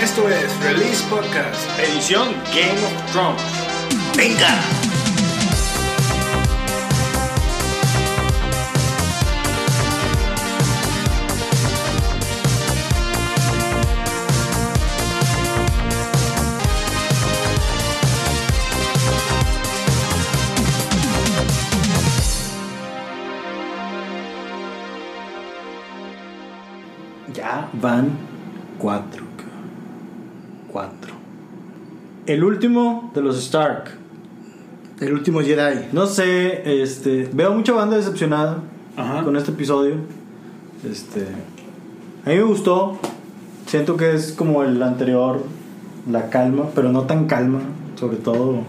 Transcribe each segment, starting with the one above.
Esto es Release Podcast, Edición Game of Thrones. ¡Venga! Ya van cuatro. cabrón. Cuatro. El último de los Stark. El último Jedi. No sé, este. Veo mucha banda decepcionada Ajá. con este episodio. Este. A mí me gustó. Siento que es como el anterior, la calma, pero no tan calma, sobre todo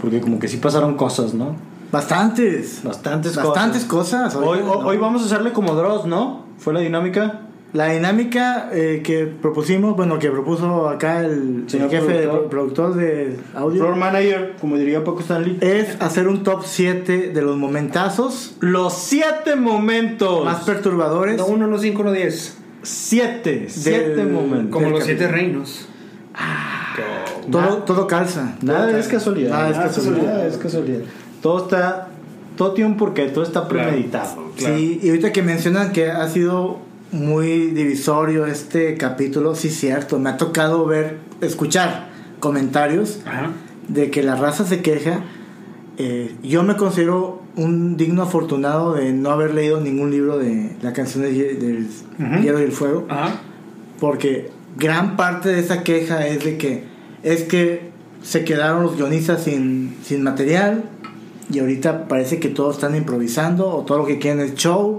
porque como que sí pasaron cosas, ¿no? Bastantes. Bastantes cosas. Bastantes cosas. Hoy, Ahorita, ho- ¿no? hoy vamos a hacerle como Dross, ¿no? Fue la dinámica. La dinámica eh, que propusimos, bueno, que propuso acá el, Señor el jefe de productor. pro- productor de audio, Floor Manager, como diría Paco Stanley. es hacer un top 7 de los momentazos Los siete momentos. más perturbadores. No, uno, no cinco, no diez. siete. Siete momentos. Como Del los capítulo. siete reinos. todo, todo calza. Nada Todo es calza. casualidad. Nada es casualidad. Nada es casualidad. Todo está. Todo tiene un porqué, todo está Claro. premeditado. Claro. Sí, y ahorita que mencionan que ha sido muy divisorio este capítulo, sí cierto, me ha tocado ver, escuchar comentarios Ajá. de que la raza se queja. eh, yo me considero un digno afortunado de no haber leído ningún libro de la canción de Hie- del Hielo y el Fuego, Ah. Ajá. porque gran parte de esa queja es de que es que se quedaron los guionistas sin, sin material y ahorita parece que todos están improvisando o todo lo que quieren es show,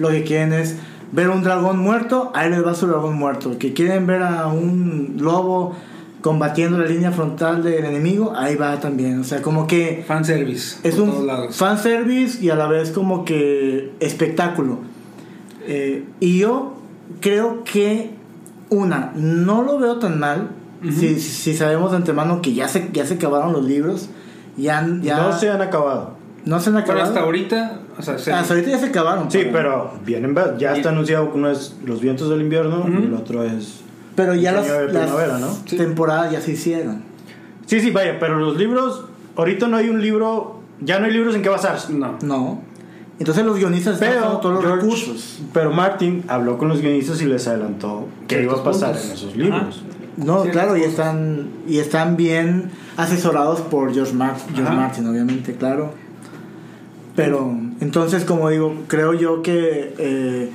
lo que quieren es ver un dragón muerto, ahí les va su dragón muerto, que quieren ver a un lobo combatiendo la línea frontal del enemigo, ahí va también, o sea, como que Fanservice. es por todos un lados. fanservice y a la vez como que espectáculo. Eh, y yo creo que, una, no lo veo tan mal. si, si sabemos de antemano que ya se, ya se acabaron los libros, ya, ya No se han acabado. no se han Pero acabado. hasta ahorita, o sea, se- Ah, Hasta ahorita ya se acabaron. Sí, cabrón. pero vienen, va- ya está anunciado que uno es Los vientos del invierno y el otro es. Pero ya el las, año de las primavera, ¿no? Sí. temporadas ya se hicieron. Sí, sí, vaya, pero los libros. Ahorita no hay un libro. Ya no hay libros en qué basarse. no. No. Entonces los guionistas están Pero, usando todos los George- recursos. pero Martin habló con los guionistas y les adelantó qué iba a pasar puntos. en esos libros. No, Sí, claro, las y cosas. están, y están bien asesorados por George, Mar- George Ajá. Martin, obviamente, claro. Pero entonces, como digo, creo yo que eh,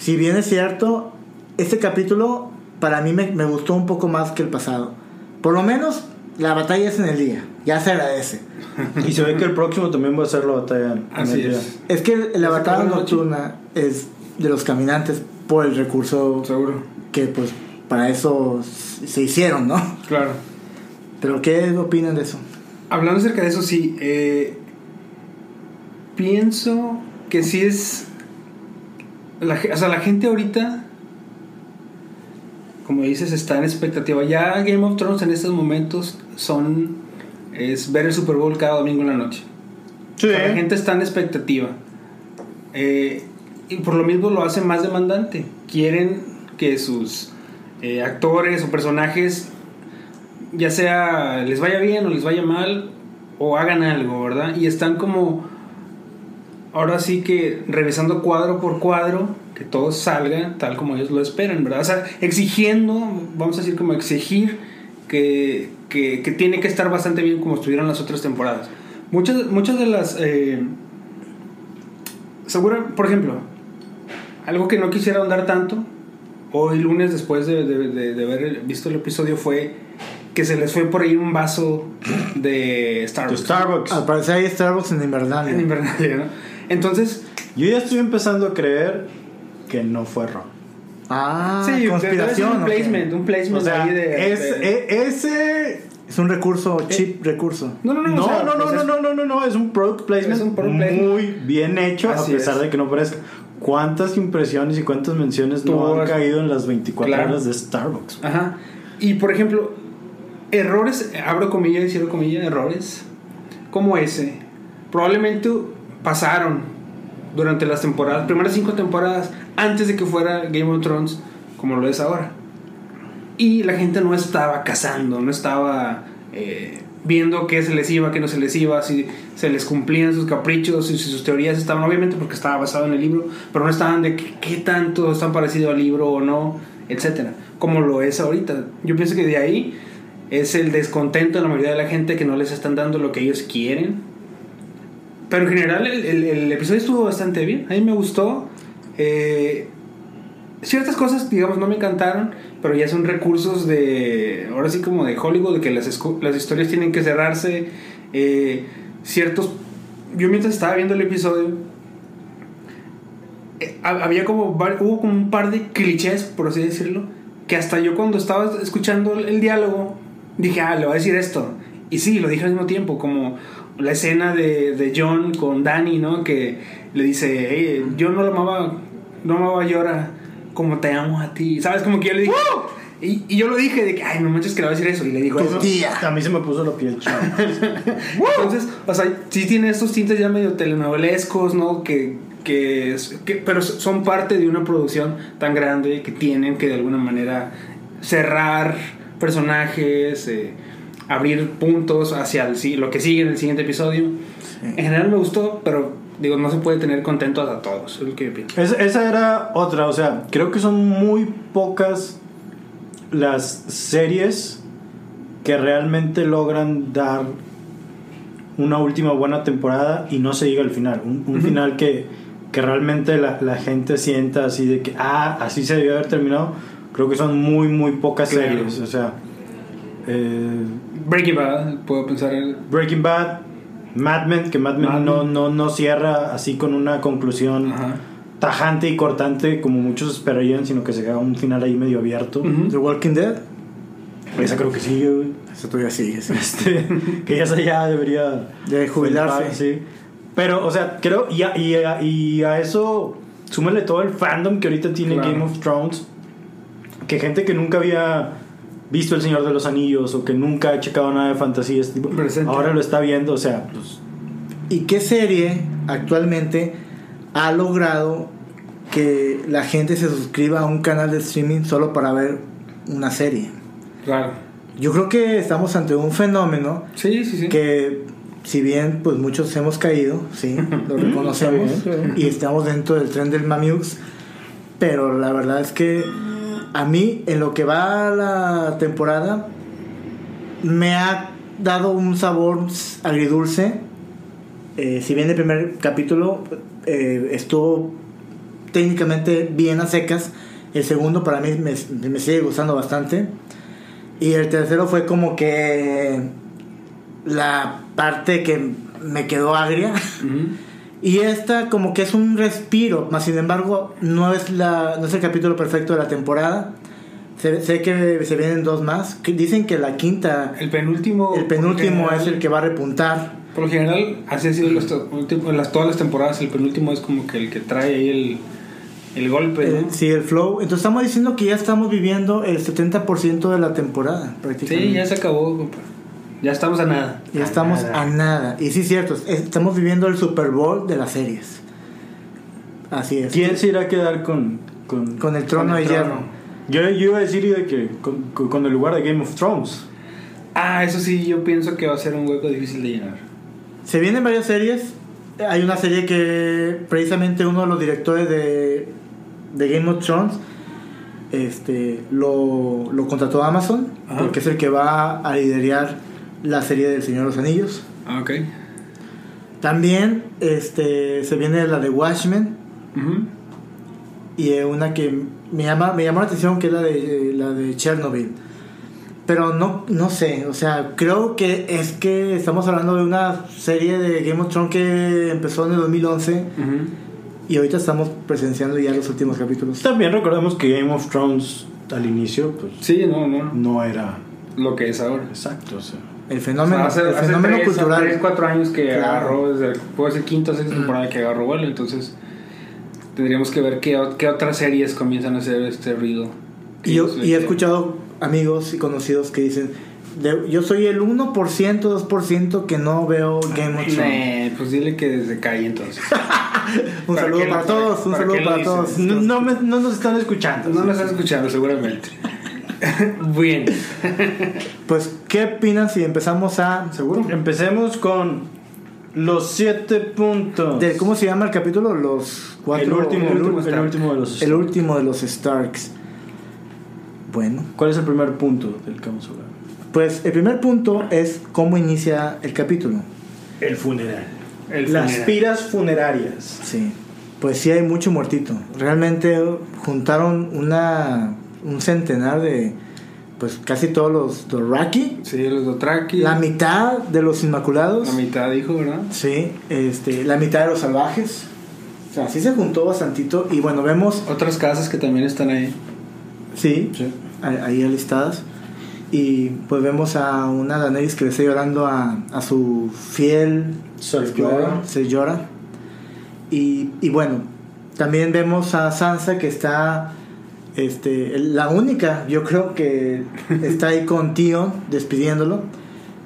si bien es cierto, este capítulo para mí me, me gustó un poco más que el pasado. Por lo menos la batalla es en el día, ya se agradece. Y se ve que el próximo también va a ser la batalla. en Así el día. es. Es que la ¿Ya se batalla acabó la noche? nocturna es de los caminantes por el recurso Seguro. que pues para eso s- se hicieron, ¿no? Claro. Pero ¿qué opinan de eso? Hablando acerca de eso, sí. eh, pienso que sí es. la ge- o sea, la gente ahorita. Como dices, está en expectativa. Ya Game of Thrones en estos momentos son. Es ver el Super Bowl cada domingo en la noche. Sí. O sea, la gente está en expectativa. Eh, y por lo mismo lo hace más demandante. Quieren que sus eh, actores o personajes, ya sea les vaya bien o les vaya mal, o hagan algo, ¿verdad? Y están como, ahora sí que revisando cuadro por cuadro, que todo salga tal como ellos lo esperan, ¿verdad? O sea, exigiendo, vamos a decir como exigir que, que- que tiene que estar bastante bien como estuvieron las otras temporadas. Muchas, muchas de las... Eh, segura, por ejemplo, algo que no quisiera ahondar tanto, hoy lunes después de, de- de- de haber el- visto el episodio fue que se les fue por ahí un vaso de Tu Starbucks. Ah, Starbucks. Al parecer hay Starbucks en En Invernalia. Invernalia, ¿no? Entonces, Yo ya estoy empezando a creer que no fue Ron. Ah, sí, conspiración. un ¿o qué? placement, un placement O sea, ahí de. es- de- e- ese. Es un recurso, chip recurso. Eh, no, no, no, No, o sea, no, no, pues no, es- no, no, no, no, es un product placement, Es un product placement. muy bien hecho, Así a pesar es. de que no parezca. ¿Cuántas impresiones y cuántas menciones no Tuvo- han caído en las 24 Claro. horas de Starbucks? Ajá. Y por ejemplo, errores, abro comillas y cierro comillas, errores como ese, probablemente pasaron durante las temporadas, primeras cinco temporadas, antes de que fuera Game of Thrones, como lo es ahora. Y la gente no estaba cazando, no estaba eh, viendo qué se les iba, qué no se les iba, si se les cumplían sus caprichos, si, si sus teorías estaban, obviamente porque estaba basado en el libro, pero no estaban de qué, qué tanto están parecido al libro o no, etcétera, como lo es ahorita. Yo pienso que de ahí es el descontento de la mayoría de la gente que no les están dando lo que ellos quieren. Pero en general el, el- el episodio estuvo bastante bien, a mí me gustó. Eh, ciertas cosas, digamos, no me encantaron, pero ya son recursos de, ahora sí como de Hollywood, de que las, escu- las historias tienen que cerrarse. eh, ciertos... Yo mientras estaba viendo el episodio, eh, ha- había como, var- hubo como un par de clichés, por así decirlo, que hasta yo cuando estaba escuchando el, el diálogo, dije, ah, le voy a decir esto. Y sí, lo dije al mismo tiempo, como la escena de, de John con Danny, ¿no? Que le dice, "Hey, yo no lo amaba, no amaba a Yora como te amo a ti. ¿Sabes? Como que yo le dije... Y, y yo lo dije de que, ay, no manches que le voy a decir eso. Y le digo Pues eso. Tía. A mí se me puso la piel chava. Entonces, o sea, sí tiene estos tintes ya medio telenovelescos, ¿no? Que, que, es- que- pero son parte de una producción tan grande que tienen que de alguna manera cerrar personajes, eh, abrir puntos hacia el si- lo que sigue en el siguiente episodio. En general me gustó, pero digo, no se puede tener contentos a todos, es lo que yo pienso. Es- esa era otra, o sea, creo que son muy pocas las series que realmente logran dar una última buena temporada y no se llega al final. Un, un final que, que realmente la, la gente sienta así de que, ah, así se debió haber terminado. Creo que son muy, muy pocas Claro. series, o sea. eh, Breaking Bad, puedo pensar en... Breaking Bad, Mad Men, que Mad Men, Mad No, Men. no, no cierra así con una conclusión Ajá. tajante y cortante como muchos esperarían, sino que se queda un final ahí medio abierto. Ujú. The Walking Dead. Esa creo que sigue, güey. Eso todavía sigue. sí. Este, que ya esa ya debería De jubilarse. Sí. Pero, o sea, creo, y a, y a- y a eso, súmale todo el fandom que ahorita tiene Claro. Game of Thrones, que gente que nunca había visto El Señor de los Anillos o que nunca ha checado nada de fantasía, este tipo, Presente. ahora lo está viendo, o sea, pues, ¿Y qué serie actualmente ha logrado que la gente se suscriba a un canal de streaming solo para ver una serie? Claro. Yo creo que estamos ante un fenómeno Sí, sí, sí. que si bien pues muchos hemos caído, sí, lo reconocemos y estamos dentro del tren del Mamiux, pero la verdad es que a mí en lo que va la temporada me ha dado un sabor agridulce. Eh, si bien el primer capítulo eh, estuvo técnicamente bien a secas, el segundo para mí me, me sigue gustando bastante. Y el tercero fue como que la parte que me quedó agria. Ujú. Y esta como que es un respiro, más sin embargo no es, la, no es el capítulo perfecto de la temporada. Sé, sé que se vienen dos más. Que dicen que la quinta, El penúltimo... el penúltimo por lo es general, el que va a repuntar. Por lo general, así ha sido los to- últimos- las, todas las temporadas. El penúltimo es como que el que trae ahí el, el golpe. Pues, ¿no? El- sí, el flow. Entonces estamos diciendo que ya estamos viviendo el 70% de la temporada prácticamente. Sí, ya se acabó, compa. Ya estamos a nada. Ya estamos nada. a nada. Y sí, cierto, es- estamos viviendo el Super Bowl de las series. Así es. ¿quién se irá a quedar con, con, Con el trono Con el de trono. hierro. Yo, yo iba a decir de que con, con- con el lugar de Game of Thrones. Ah, eso sí, yo pienso que va a ser un hueco difícil de llenar. Se vienen varias series. Hay una serie que precisamente uno de los directores de, de Game of Thrones este, lo, lo contrató a Amazon, Ajá. porque es el que va a liderar la serie del Señor de los Anillos. Ah, ok. También este, se viene la de Watchmen Ujú. y eh, una que me llama me llamó la atención que es la de la de Chernobyl pero no no sé o sea creo que es que estamos hablando de una serie de Game of Thrones que empezó en el 2011 Ujú. y ahorita estamos presenciando ya los últimos capítulos También recordemos que Game of Thrones al inicio pues Sí, no, no. no era Lo que es ahora. exacto, o sea, el O sea, fenómeno hace el hace fenómeno tres, cultural tres, cuatro años que Claro. agarró, desde, puede ser quinta o sexta temporada que agarró vuelo. Entonces, tendríamos que ver qué, o- qué otras series comienzan a hacer este ruido. Este, y, yo- y he escuchado amigos y conocidos que dicen de- yo soy el 1% 2% que no veo Ah, Game of Thrones Nah, pues dile que desde calle entonces. un ¿para saludo qué lo- para todos un para qué saludo lo para dices? todos no, no me- no nos están escuchando. No lo están escuchando seguramente. Bien. Pues, ¿qué opinan si empezamos a. ¿Seguro? Empecemos con los siete puntos. de- ¿Cómo se llama el capítulo? Los cuatro. el último, el el, último, ul- el último de los. el último de los Starks. Bueno, ¿Cuál es el primer punto del que vamos a hablar? pues el primer punto es cómo inicia el capítulo. El funeral. El Las funeral. piras funerarias. Sí. Pues sí hay mucho muertito. Realmente juntaron una un centenar de pues casi todos los Dorraki, Sí, los Dotraki. la mitad de los Inmaculados, La mitad dijo, ¿verdad? sí, este, la mitad de los salvajes. O sea, sí se juntó bastantito y bueno, vemos Otras casas que también están ahí. sí, Sí. a- ahí alistadas y pues vemos a una Daenerys que le está llorando a, a su fiel Ser llora, claro. se llora. Y, y bueno, también vemos a Sansa que está, este, la única, yo creo que está ahí con Tío despidiéndolo.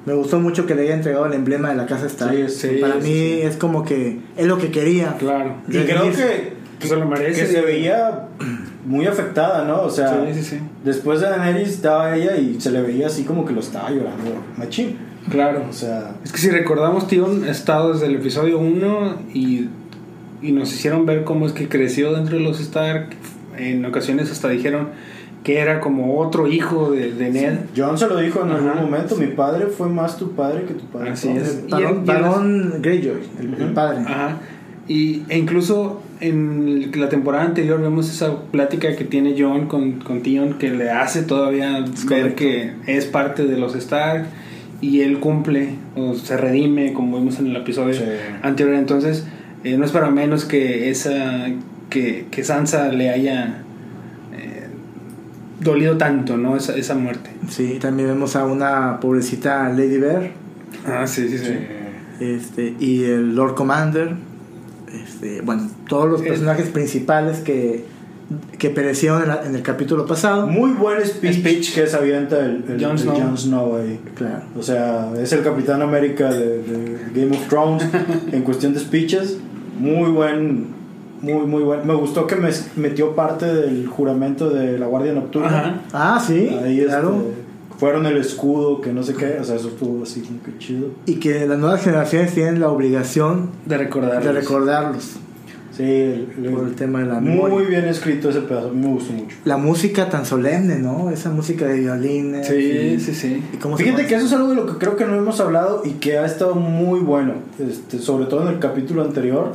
Me gustó mucho que le haya entregado el emblema de la casa Stark. Sí, sí, Para sí, mí sí. es como que es lo que quería. Claro. Y creo que, Pues se lo merece. que se veía muy afectada, ¿no? O sea, Sí, sí, sí. después de Daenerys estaba ella y se le veía así como que lo estaba llorando machín. Claro. O sea, Es que si recordamos, Tion ha estado desde el episodio 1 y, y nos hicieron ver cómo es que creció dentro de los Stark. En ocasiones hasta dijeron que era como otro hijo de, de Ned. John se lo dijo en Ajá. algún momento, mi padre fue más tu padre que tu padre. Así ¿no? es. Y Barón, él- Barón Greyjoy, el, el padre. Ajá. Y, e incluso en la temporada anterior vemos esa plática que tiene John con, con Tion que le hace todavía ver correcto. que es parte de los Stark y él cumple o se redime como vimos en el episodio Sí. anterior. Entonces eh, no es para menos que esa que, que Sansa le haya eh, dolido tanto, ¿no? Esa, esa muerte. Sí, también vemos a una pobrecita Lady Bear. Ah, sí, sí, sí. este, y el Lord Commander, este, bueno, todos los Eh. personajes principales que, que perecieron en, la- en el capítulo pasado. Muy buen speech, Speech. que se avienta el, el- Jon el Snow. Jon Snow ahí. Claro. O sea, es el Capitán América de, de Game of Thrones en cuestión de speeches. Muy buen, muy, muy buen. Me gustó que mes- metió parte del juramento de la Guardia Nocturna. Ajá. Ah, sí, Ahí claro. este, fueron el escudo, que no sé qué. O sea, eso estuvo así como que chido. Y que las nuevas generaciones tienen la obligación De recordar. de recordarlos Sí, el- el- por el tema de la muy memoria. bien escrito ese pedazo. A mí me gustó mucho. La música tan solemne, ¿no? Esa música de violines. Sí, y- sí, sí. y cómo se Fíjate pone- que eso es algo de lo que creo que no hemos hablado y que ha estado muy bueno, este, sobre todo en el capítulo anterior,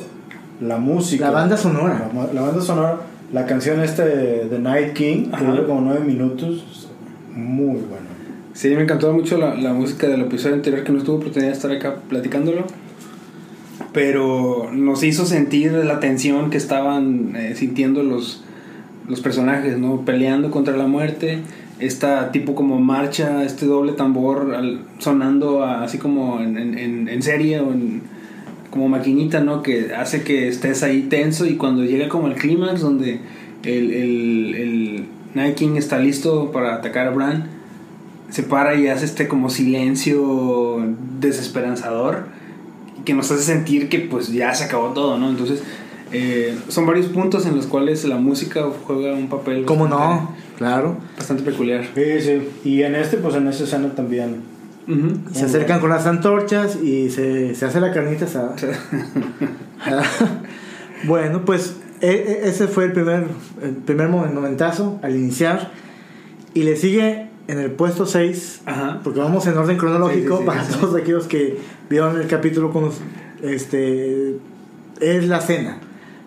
la música. La banda sonora. La, la banda sonora, la canción este de The Night King, que Ajá. dura como nueve minutos, muy bueno. Sí, me encantó mucho la, la música del episodio anterior que no tuve oportunidad de estar acá platicándolo. Pero nos hizo sentir la tensión que estaban eh, sintiendo los, los personajes, ¿no? Peleando contra la muerte. Esta tipo como marcha, este doble tambor al- sonando a- así como en, en- en- en serie o en, como maquinita, ¿no? Que hace que estés ahí tenso y cuando llega como el clímax donde el, el, el Night King está listo para atacar a Bran, se para y hace este como silencio desesperanzador que nos hace sentir que pues ya se acabó todo, ¿no? Entonces, eh, son varios puntos en los cuales la música juega un papel ¿Cómo bastante- no? Claro. bastante peculiar. Sí, sí. Y en este, pues en esa escena también. Ujú. Se acercan con las antorchas y se, se hace la carnita asada. bueno, pues e- e- ese fue el primer, el primer momen- momentazo al iniciar. Y le sigue en el puesto 6, Ajá. porque vamos en orden Sí, sí, cronológico sí, para sí, sí. todos aquellos que vieron el capítulo con los- este es la cena.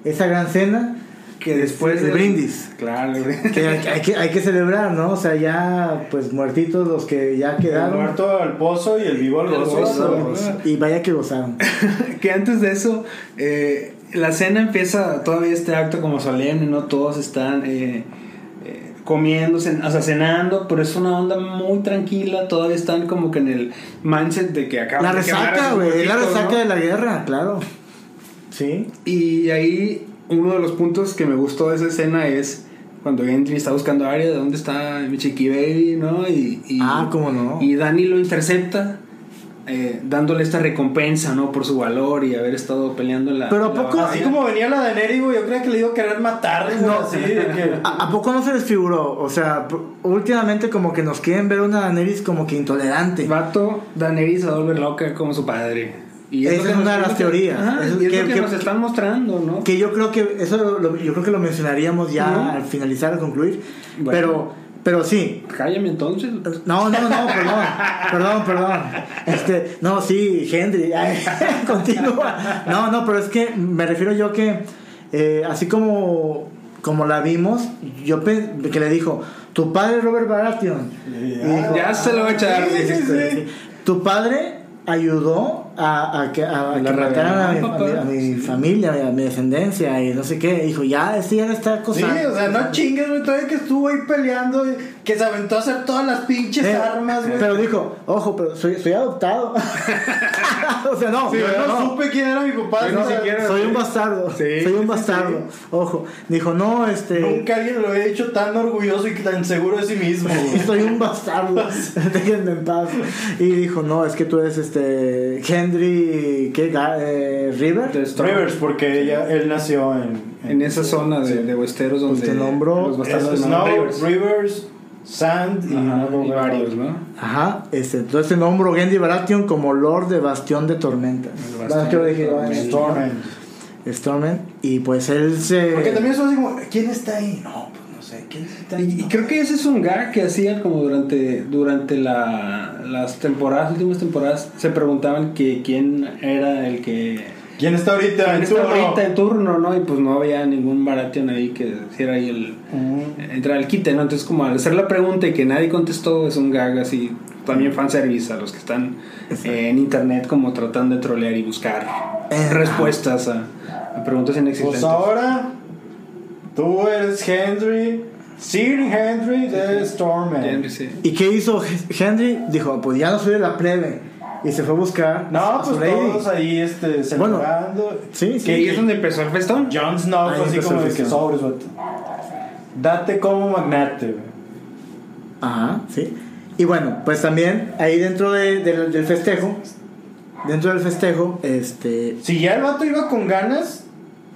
Esa gran cena Que después El del- brindis. Claro, el brindis. que hay, hay que hay que celebrar, ¿no? O sea, ya pues muertitos los que ya El quedaron. muerto al pozo y el vivo al El gozo. gozo. Y vaya que gozaron. que antes de eso, eh, la cena empieza todavía este acto como solemne, ¿no? Todos están eh, eh, comiendo, cen- o sea, cenando, pero es una onda muy tranquila, todavía están como que en el mindset de que acaban La de quemar a resaca, sus güey. La muertitos, resaca ¿no? de la guerra, claro. Sí. Y ahí uno de los puntos que me gustó de esa escena es cuando Gendry está buscando a Arya, de dónde está mi chiqui baby, ¿no? Y, y- Ah, cómo no. Y Dani lo intercepta. eh, dándole esta recompensa, ¿no? Por su valor y haber estado peleando en la. Pero ¿a en la poco batalla. Así como venía la de Neri, güey, yo creía que le iba a querer matar, güey. así de que. ¿A, a poco no se les figuró? O sea, p- últimamente como que nos quieren ver una Daenerys como que intolerante. Vato, Daenerys a volver loca como su padre. Y Esa lo que es nos- una de lo las que- teorías. Ajá, Eso- y es que- lo que, que- nos están mostrando, ¿no? Que yo creo que eso lo- lo- yo creo que lo mencionaríamos ya Ujú. al finalizar, al concluir. Bueno. Pero, pero sí. Cállame entonces. Pues, No, no, no, perdón, perdón, perdón. Este, no, sí, Henry, ay, continúa. No, no, pero es que me refiero yo que eh, así como, como la vimos, yo pe- que le dijo, tu padre es Robert Baratheon. Y dijo, ya se lo va a echar. dijiste. Tu padre ayudó a, a que, a- a La que mataran a mi, rebelión, a mi- papá. a mi familia, a mi, a mi descendencia y no sé qué. Dijo, ya, este ya no está Sí, cosa. o sea, no chingues, güey, todavía que estuvo ahí peleando, güey, que se aventó a hacer todas las pinches Eh, armas, güey. Pero dijo, ojo, pero soy, soy adoptado. o sea, no, Sí, yo no, no, supe quién era mi papá, Yo ni o sea, siquiera- soy un bastardo. Sí, soy sí, un bastardo. Ojo. Dijo, no, este. Nunca alguien lo había hecho tan orgulloso y tan seguro de sí mismo, güey. Soy un bastardo. Déjenme en paz. Y dijo, no, es que tú eres este. Henry. ¿Qué? Ga- eh, River. Entonces, Rivers, porque ella, él nació en. pues, En esa zona de, de Westeros donde te nombró los bastardos Es- se llaman Snow, Rivers. Rivers. Sand y, Ajá, algo y más. varios, ¿no? Ajá, este, entonces nombro Gendy Baratheon como Lord de Bastión de Tormentas. El Ah, creo que dije, Bastión de ah, Tormentas. Stormend. Stormend, y pues él se. Eh, Porque también es así como, ¿quién está ahí? No, pues no sé, ¿quién está ahí? Y, y creo que ese es un gag que hacían como durante, durante la, las temporadas, últimas temporadas, se preguntaban que quién era el que... ¿Quién está ahorita ¿Quién en está turno? ahorita en turno, ¿no? Y pues no había ningún Baratheon ahí que hiciera ahí el... Mm. Entrar al quite, ¿no? Entonces como al hacer la pregunta y que nadie contestó, es un gag así, también fanservice a los que están eh, en internet como tratando de trolear y buscar Eh, respuestas a, a preguntas Pues inexistentes. ahora tú eres Henry, Sir Henry de Ya, Stormman. sí. ¿Y qué hizo Henry? Dijo, pues ya no soy de la plebe. Y se fue a buscar. No, a su pues lady. todos ahí este, celebrando. Sí, sí. Que ahí es donde empezó el festón. Jon Snow Ahí fue así empezó como el de que festejo. sobres, vato. Date como magnate, güey. Ajá, sí. Y bueno, pues también ahí dentro de- de- del festejo, dentro del festejo, este. Si ya el vato iba con ganas,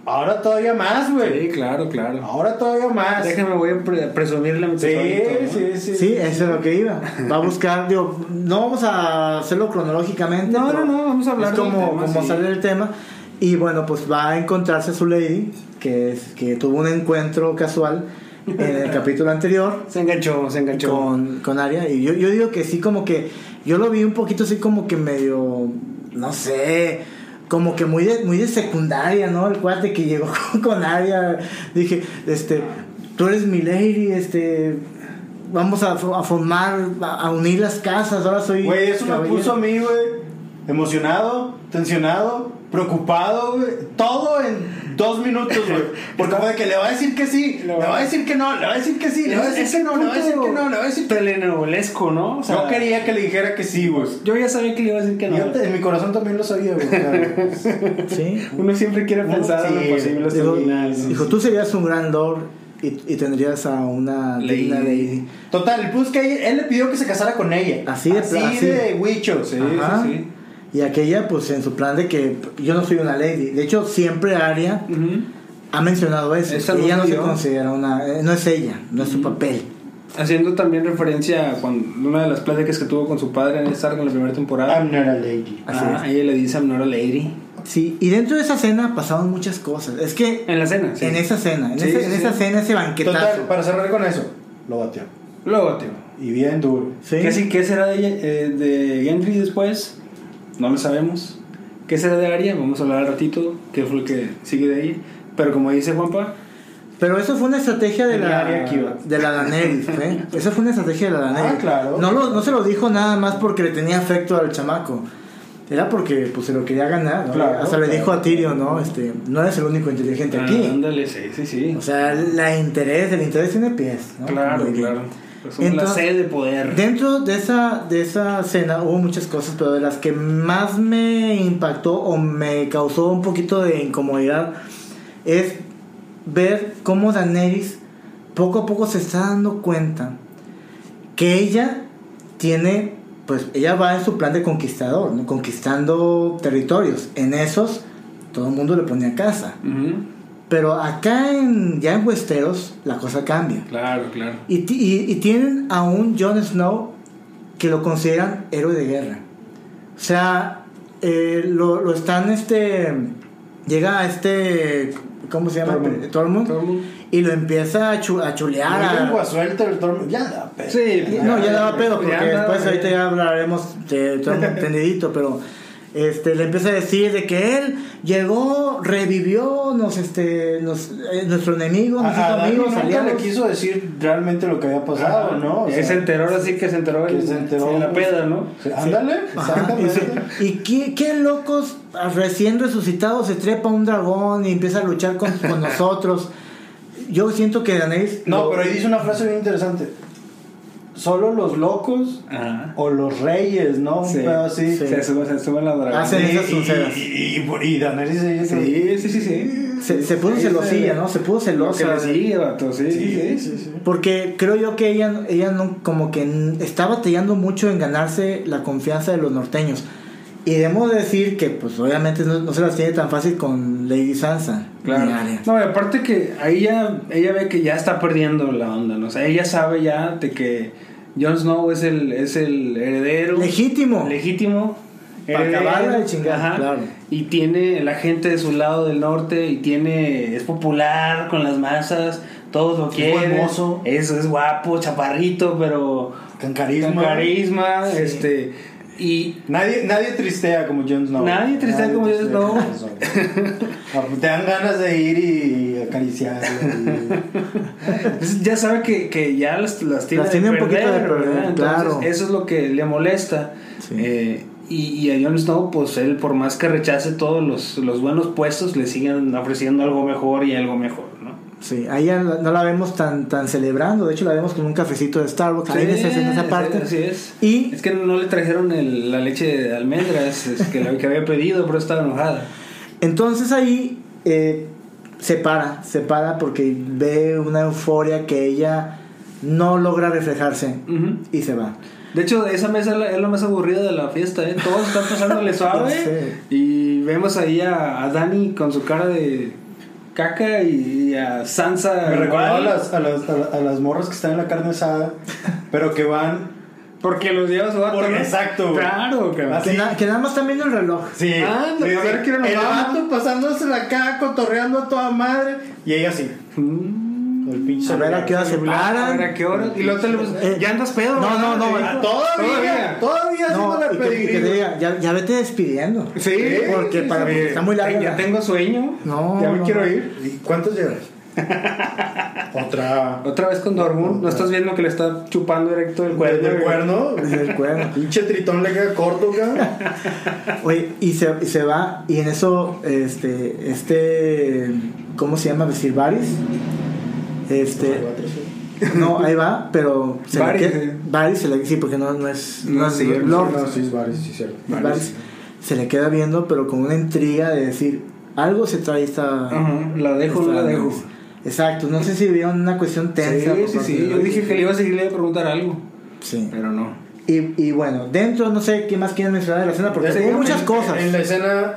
ahora todavía más, Sí, güey. claro, claro. Ahora todavía más. Déjame, voy a pre- presumirle a mi Ah, Sí, tesorito, ¿no? sí, sí. Sí, eso es lo que iba. Va a buscar, digo, no vamos a hacerlo cronológicamente. No, pero no, no, vamos a hablar es del como, tema, como sí. sale el tema. Y bueno, pues va a encontrarse a su lady, que, es, que tuvo un encuentro casual en el capítulo anterior Se enganchó, se enganchó. con, con Aria. Y yo, yo digo que sí, como que yo lo vi un poquito así como que medio, no sé, como que muy de, muy de secundaria, ¿no? El cuate que llegó con, con Aria. Dije, este, tú eres mi lady, este, vamos a, fo- a formar, a, a unir las casas, ahora soy... Güey, eso me caballero". puso a mí, güey. Emocionado, tensionado, preocupado, güey. Todo en dos minutos, güey. Porque fue de que le va a decir que sí, le va a decir que no, le va a decir que sí, le va a decir que no, le va a decir que no, le va a decir que no. Telenovelesco, ¿no? O sea, Yo quería que le dijera que sí, güey. Yo ya sabía que le iba a decir que no. Yo te- en mi corazón también lo sabía, güey. claro. Sí. Uno siempre quiere Uno pensar en Pues sí, lo posible hasta Dijo, el final, ¿no? dijo, tú serías un gran lord y, y tendrías a una Lady. digna lady. Total, el plus que ella- él le pidió que se casara con ella. Así de pla- Así así. de huicho. Sí, Ajá. sí, sí. Y aquella, pues en su plan de que yo no soy una lady. De hecho, siempre Aria Ujú. ha mencionado eso. Esa que ella no no se yo. Mm. considera una. eh, no es ella, no es su papel. Haciendo también referencia a cuando- una de las pláticas que tuvo con su padre en esta en la primera temporada. I'm not a Ah, lady. Ah, Ah. así Ajá, ella le dice I'm not a lady. Sí, y dentro de esa cena pasaron muchas cosas. Es que En la cena, sí. en esa cena, en, Sí, ese- sí, en sí. esa cena, ese banquetazo. Total, para cerrar con eso, lo bateó. Luego, tío. Y bien duro. Sí. ¿Qué, sí- qué será de, ella- eh, de Gendry después? No lo sabemos. ¿Qué será de Arya? Vamos a hablar al ratito. ¿Qué fue lo que sigue de ahí? Pero como dice Juanpa, Pero eso fue una estrategia de Tenía la, área que iba. de la Daenerys, ¿eh? Esa fue una estrategia de la Daenerys. Ah, claro. No, lo- no se lo dijo nada más porque le tenía afecto al chamaco. Era porque pues, se lo quería ganar. ¿no? Claro, Hasta le claro. dijo a Tyrion, ¿no? Este, no eres el único inteligente Ah, aquí. Ándale, sí, sí, sí. O sea, la interés, el interés tiene pies. ¿no? claro, Como que- claro. Pues somos la Entonces- sede de poder. Dentro de esa, de esa cena hubo muchas cosas, pero de las que más me impactó o me causó un poquito de incomodidad es ver cómo Daenerys poco a poco se está dando cuenta que ella tiene pues, pues ella va en su plan de conquistador, ¿no? conquistando territorios. En esos todo el mundo le ponía casa. Ujú. Pero acá en, ya en Westeros la cosa cambia. Claro, claro. Y, ti- y- y tienen a un Jon Snow que lo consideran héroe de guerra. O sea, eh, lo, lo están este... Llega a este... ¿Cómo se llama? Tormund. Tormund. Todo el mundo- Y lo empieza a, chu- a chulear. No, a- lengua suelta, el Tormund. Ya da pedo. Sí, no, ya daba pedo, porque Ya daba después pedo. ahorita ya hablaremos de todo un tendidito, pero este, le empieza a decir de que él llegó, revivió nos, este, nos, eh, nuestro enemigo, A, nuestros a Dani amigos, nunca aliados. le quiso decir realmente lo que había pasado, Ajá. ¿no? O Y ahí sea, se enteró, ahora sí que se enteró, que en, se enteró, en la pues. peda, ¿no? Sí, Ándale, Ajá, y, exactamente. se- y qué, qué locos ah, recién resucitado se trepa un dragón y empieza a luchar con, con nosotros. Yo siento que Daenerys No, lo- pero ahí dice una frase bien interesante. Solo los locos Ajá. o los reyes, ¿no? Un Sí. pedo así. Ah, Sí. Se suben se suben las dragones. Hacen esas Y, onceras. y, y, y Daenerys se Sí, sí, sí, sí. se, se puso Sí, celosilla, sí. ¿no? Se puso Lo que celosa. le sigue, vato, sí, sí, sí. Porque creo yo que ella, ella no, como que n- está batallando mucho en ganarse la confianza de los norteños. Y debemos decir que, pues obviamente no, no se las tiene tan fácil con Lady Sansa. Claro. ni Arya. No, y aparte que ahí ya, ella ve que ya está perdiendo la onda, ¿no? O sea, ella sabe ya de que Jon Snow es el, es el heredero. Legítimo. Legítimo. Eh, Pa' acabarla de chingar, Ajá. claro. Y tiene la gente de su lado del norte y tiene. Es popular con las masas. Todos lo buen quieren. mozo. Es, es guapo, chaparrito, pero. Con Con carisma. carisma. Este. Y. Nadie, nadie tristea como Jon Snow. Nadie tristea como Jon tristea como Snow. Jon Snow. Te dan ganas de ir y acariciar. Entonces, pues, ya sabe que, que ya las, las tiene, Las tiene un poquito de perder, ¿verdad? Entonces, claro. Eso es lo que le molesta. Sí. Eh, y, y a Jon Snow, pues él, por más que rechace todos los, los buenos puestos, le siguen ofreciendo algo mejor y algo mejor, ¿no? Sí, a ella la- no la vemos tan, tan celebrando. De hecho, la vemos con un cafecito de Starbucks. ahí en esa, en esa Sí, parte. Así es. Y Es que no le trajeron el- la leche de almendras es que la que había pedido, pero estaba enojada. entonces ahí eh, se para, se para porque ve una euforia que ella no logra reflejarse Ujú. y se va. De hecho, esa mesa es la, es la más aburrida de la fiesta, ¿eh? Todos están pasándole Ya sé. suave. y vemos ahí a, a Dani con su cara de caca y a Sansa. Me recordaba a igual, las, a, las, a, a las morras que están en la carne asada, pero que van. Porque los lleva su vato, Porque- ¿no? exacto, güey. Claro, cabrón. Así. Que, na- que nada más están viendo el reloj. Sí, Ah, no, sí, a ver, sí. quiero nos El vamos. vato pasándosela acá, cotorreando a toda madre. Y ella así. Mm. con el pinche A ver a qué hora se A ver, ¿a paran. qué hora? Y luego te le Eh, ya andas pedo. no, no, no, ¿verdad? Todavía, Todavía. todavía haciendo No, la y que, y que te pedigrí. diga, ya, ya vete despidiendo. Sí, Porque sí, para- sí. porque está muy larga Ya la- tengo sueño. No, Ya me no, quiero no. ir. ¿Y cuántos llevas? Otra. Otra vez con Dormund. ¿No estás viendo que le está chupando directo el cuerno? ¿Del güey? cuerno? Del cuerno. Pinche tritón le queda corto, acá. Oye, y se, y se va, y en eso, este, este, ¿cómo se llama? Silvaris. Este, no, ahí va, pero se le Varys, queda- eh. Varys se le, sí, porque no, no es, No, sí, Lord, el- No, sí, es varios, sí, cierto. es Varys. Se le queda viendo, pero con una intriga de decir, algo se trae esta. Ajá, La dejo, no esta- la dejo. Exacto, no sé si vieron una cuestión tensa. Sí, por sí, parte sí. de- Yo dije que le iba a seguir, le iba a preguntar algo. Sí. Pero no. Y, y bueno, dentro no sé qué más quieren mencionar de la escena porque hubo muchas cosas. En la escena.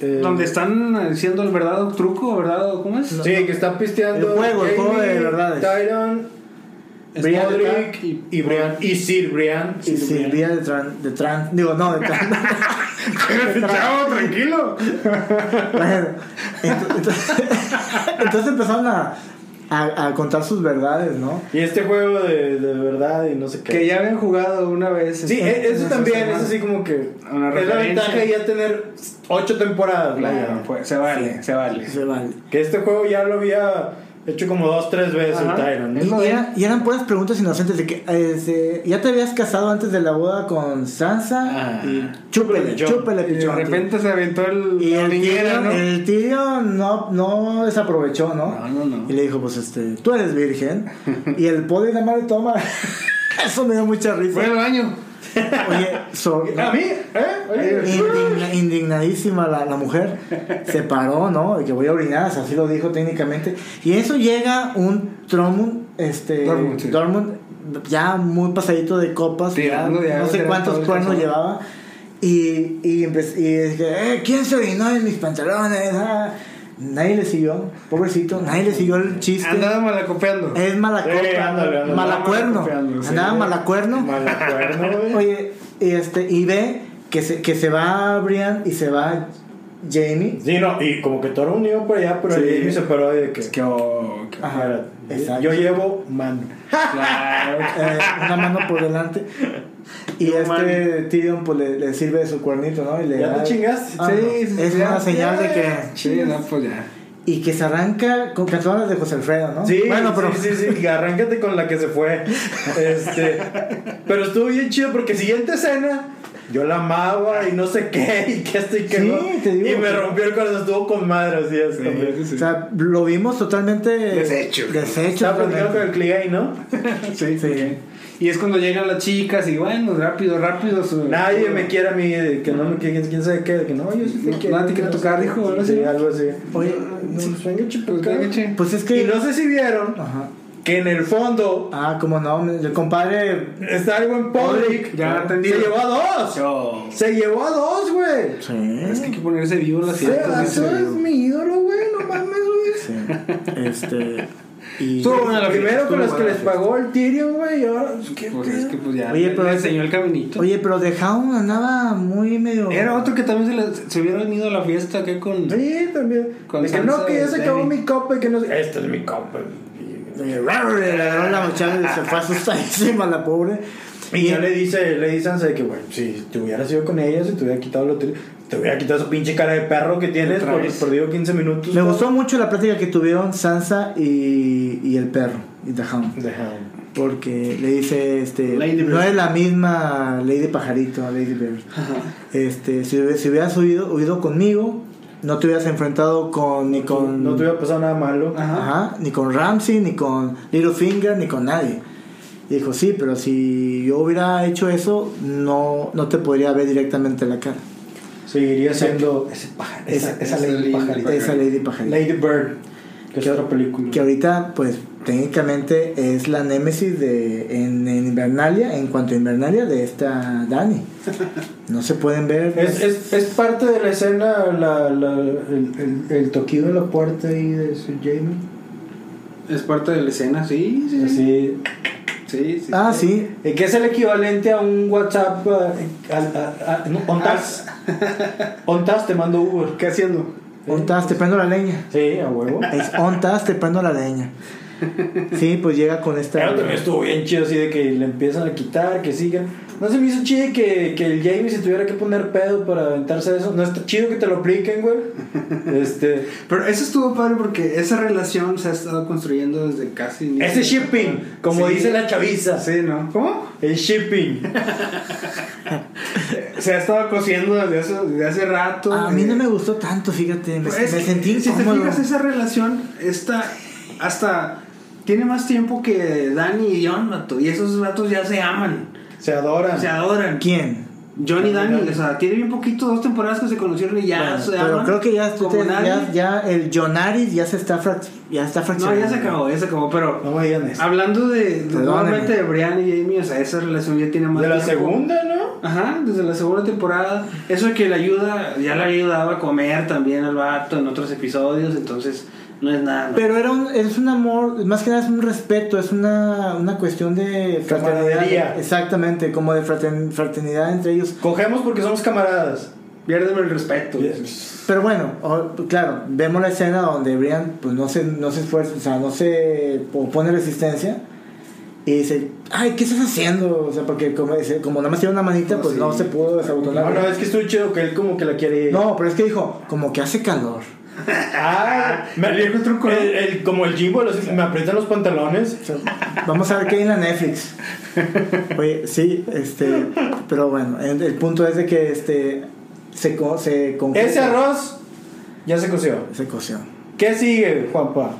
eh, Donde están diciendo el verdadero truco, ¿verdad? ¿Cómo es? Sí, que están pisteando. El juego, el juego de Jaime, verdades. Tyron, Brian de Podrick Tark y- y Brian. Y Sir Brian. Y Silvia de Tran, de Tran- digo, no, de Tran. Chavo, tranquilo. Bueno, ento- entonces, entonces empezaron a, a, a contar sus verdades, ¿no? Y este juego de, de verdad y no sé qué. Que ya habían jugado una vez. Sí, este, e- eso en también esa es así semana. como que. Una es la referencia. ventaja de ya tener ocho temporadas. Claro, vaya. pues, se vale, se vale. Se vale. Que este juego ya lo había hecho como dos, tres veces Ajá. Tyron. ¿eh? Y, ¿no? y era- y eran puras preguntas inocentes de que eh, se- ya te habías casado antes de la boda con Sansa Ah. y chúpele, Pichón. chúpele, Y de pichón. repente se aventó el. Y la el niñera, tío, ¿no? el tío no, no desaprovechó, ¿no? No, no, no. Y le dijo, pues este, tú eres virgen. y el pobre nada más le toma. Eso me dio mucha risa. Fue al baño. Oye, Ah, so- ¿A mí? ¿Eh? Oye. indigna- indignadísima la, la mujer. Se paró, ¿no? De que voy a orinar, o sea, así lo dijo técnicamente. Y en eso llega un Tromund, este. Dormund, sí. Dormund, ya muy pasadito de copas, ya Tirando de no agua, sé era todo cuántos el cuernos calzón. llevaba. Y, y, empe- y dije, "Eh, ¿quién se orinó en mis pantalones? Ah". Nadie le siguió, pobrecito, nadie le siguió el chiste. Andaba malacopeando. Es malacuerno. Eh, ándale, ándale. malacuerno. Malacopeando, sí. Andaba malacuerno. Malacuerno, güey. Oye, y este, y ve que se, que se va Brian y se va Jamie. Sí, no, y como que todo era unido por allá, pero Sí. Jamie se paró ahí de que. Es que, oh, que- Ajá, Mira, exacto. Yo llevo mano. claro. Eh, una mano por delante. Y No este mames. Tyrion pues le, le sirve de su cuernito, ¿no? Y le Ya da- te chingaste. Ah, Sí, no. sí, Es sí, una ya. señal de que. Sí, no, pues ya. Y que se arranca con canciones de José Alfredo, ¿no? Sí, bueno, pero. sí, sí, sí, arráncate con la que se fue. Este, pero estuvo bien chido porque siguiente escena, yo la amaba y no sé qué, y que esto y que Sí, no. te digo. y me rompió el corazón, estuvo con madre, así es. también. Sí, sí. O sea, lo vimos totalmente. Deshecho. Deshecho. Estaba platicando con totalmente. el cliente ahí, ¿no? Sí, sí. Y es cuando llegan las chicas y bueno, rápido, rápido. Su, Nadie su- me quiere a mí, de que no me quiere, quién sabe qué, de que no, yo sí te No, quiero. nadie te quiere no sé tocar, qué. dijo, algo así. Sí, algo así. Oye, No, sueño, chico, Pues, acá. venga, che. Pues es que. Y no sé si vieron Ajá. que en el fondo Ah, como no, el compadre. está algo en public. Ya entendí. Se llevó a dos. Yo- Se llevó a dos, güey. Es que hay que ponerse vivo en las Ese vato ah, es ciudad. mi ídolo, güey. No mames, güey. Sí. Este. Y. Estuvo buena la Primero fiesta, estuvo con los buena que les la fiesta. pagó el Tyrion, güey. Y ahora, ¿qué Pues es que pedo? pues ya. Oye, le- pero- le enseñó el caminito. Oye, pero The Hound andaba muy medio. Era otro que también se, le, se hubiera venido a la fiesta acá con. Sí, también. Con De que salsa no, que ya de se acabó Demi. mi copa y que no sé. Esta es mi copa. Le agarró la mochada y se fue asustadísima la pobre. Y ya le dice, le dicen de que, güey, si te hubieras ido con ella, si te hubiera quitado lo tri- te hubiera quitado esa pinche cara de perro que tienes Otra por, vez. por digo 15 minutos. Me ¿no? gustó mucho la plática que tuvieron Sansa y, y el perro, y The Hound. Deja. Porque le dice, este, Lady Bird. no es la misma Lady Pajarito, Lady Bird. Este, si, hubie- si hubieras huido, huido conmigo, no te hubieras enfrentado con, ni con... No te hubiera pasado nada malo. Ajá. Ajá, ni con Ramsey, ni con Littlefinger, ni con nadie. Y dijo, sí, pero si yo hubiera hecho eso, no, no te podría ver directamente la cara. Seguiría siendo ese pajar- esa, esa, esa Lady Lady Pajarita. Pajarita. Esa Lady Pajarito. Lady Bird, que es Que- otra película. Que ahorita, pues, técnicamente es la némesis de, en, en Invernalia, en cuanto a Invernalia, de esta Dani. No se pueden ver. Es, es, es parte de la escena la, la- el, el, el toquido en la puerta ahí de Sir Jamie. Es parte de la escena, sí, sí. Sí, Así. sí. sí. ah, sí. Eh, Que es el equivalente a un WhatsApp. eh, a- a- a- no, ontas. Ontas, te mando Uber. Ah. ¿Qué haciendo? Ontas, te prendo la leña. Sí, a huevo. Es ontas, te prendo la leña. Sí, pues llega con esta. Pero también estuvo bien chido así de que le empiezan a quitar, que sigan. No se me hizo chido que, que el Jamie se tuviera que poner pedo para aventarse eso. No está chido que te lo apliquen, güey. Este. Pero eso estuvo padre porque esa relación se ha estado construyendo desde casi. Ese shipping, como Sí. dice la chaviza. Sí, ¿no? ¿Cómo? El shipping. Se ha estado cosiendo desde hace, desde hace rato. A mí no Eh, me gustó tanto, fíjate. Me, Pues me es que, sentí si te incómodo. fijas esa relación está hasta tiene más tiempo que Danny y John vato, y esos ratos ya se aman Se adoran. se adoran ¿Quién? John y Danny o sea tiene bien poquito dos temporadas que se conocieron y ya Bueno, se pero aman creo que ya, como ustedes- ya, nadie. ya el Jonaris ya se está frac- ya está no fraccionando. ya se acabó ya se acabó pero No me digan eso. Este, hablando de, de Perdónenme. nuevamente de Brian y Jamie o sea esa relación ya tiene más De la tiempo. segunda, ¿no? Ajá, desde la segunda temporada. Eso de que le ayuda, ya le ha ayudado a comer también al vato en otros episodios, entonces no es nada. ¿no? Pero era un, es un amor, más que nada es un respeto, es una, una cuestión de fraternidad. Camaradería. Exactamente, como de frater- fraternidad entre ellos. Cogemos porque somos camaradas. Piérdeme el respeto. Pero bueno, o- claro, vemos la escena donde Brian pues no se, no se esfuerza, o sea, no se opone resistencia. Y dice, ay, ¿qué estás haciendo? O sea, porque como, dice, como nada más tiene una manita, pues sí. no se pudo No, desabotonar. no, es que estuvo chido que él como que la quiere. No, pero es que dijo, como que hace calor. Ah, me El viejo truco, ¿no? el- el- como el Jimbo, los- me aprietan los pantalones. O sea, Vamos a ver qué hay en la Netflix. Oye, sí, este, pero bueno, el, el punto es de que este se co- se concreta- Ese arroz ya se coció. se coció. ¿Qué sigue, Juanpa?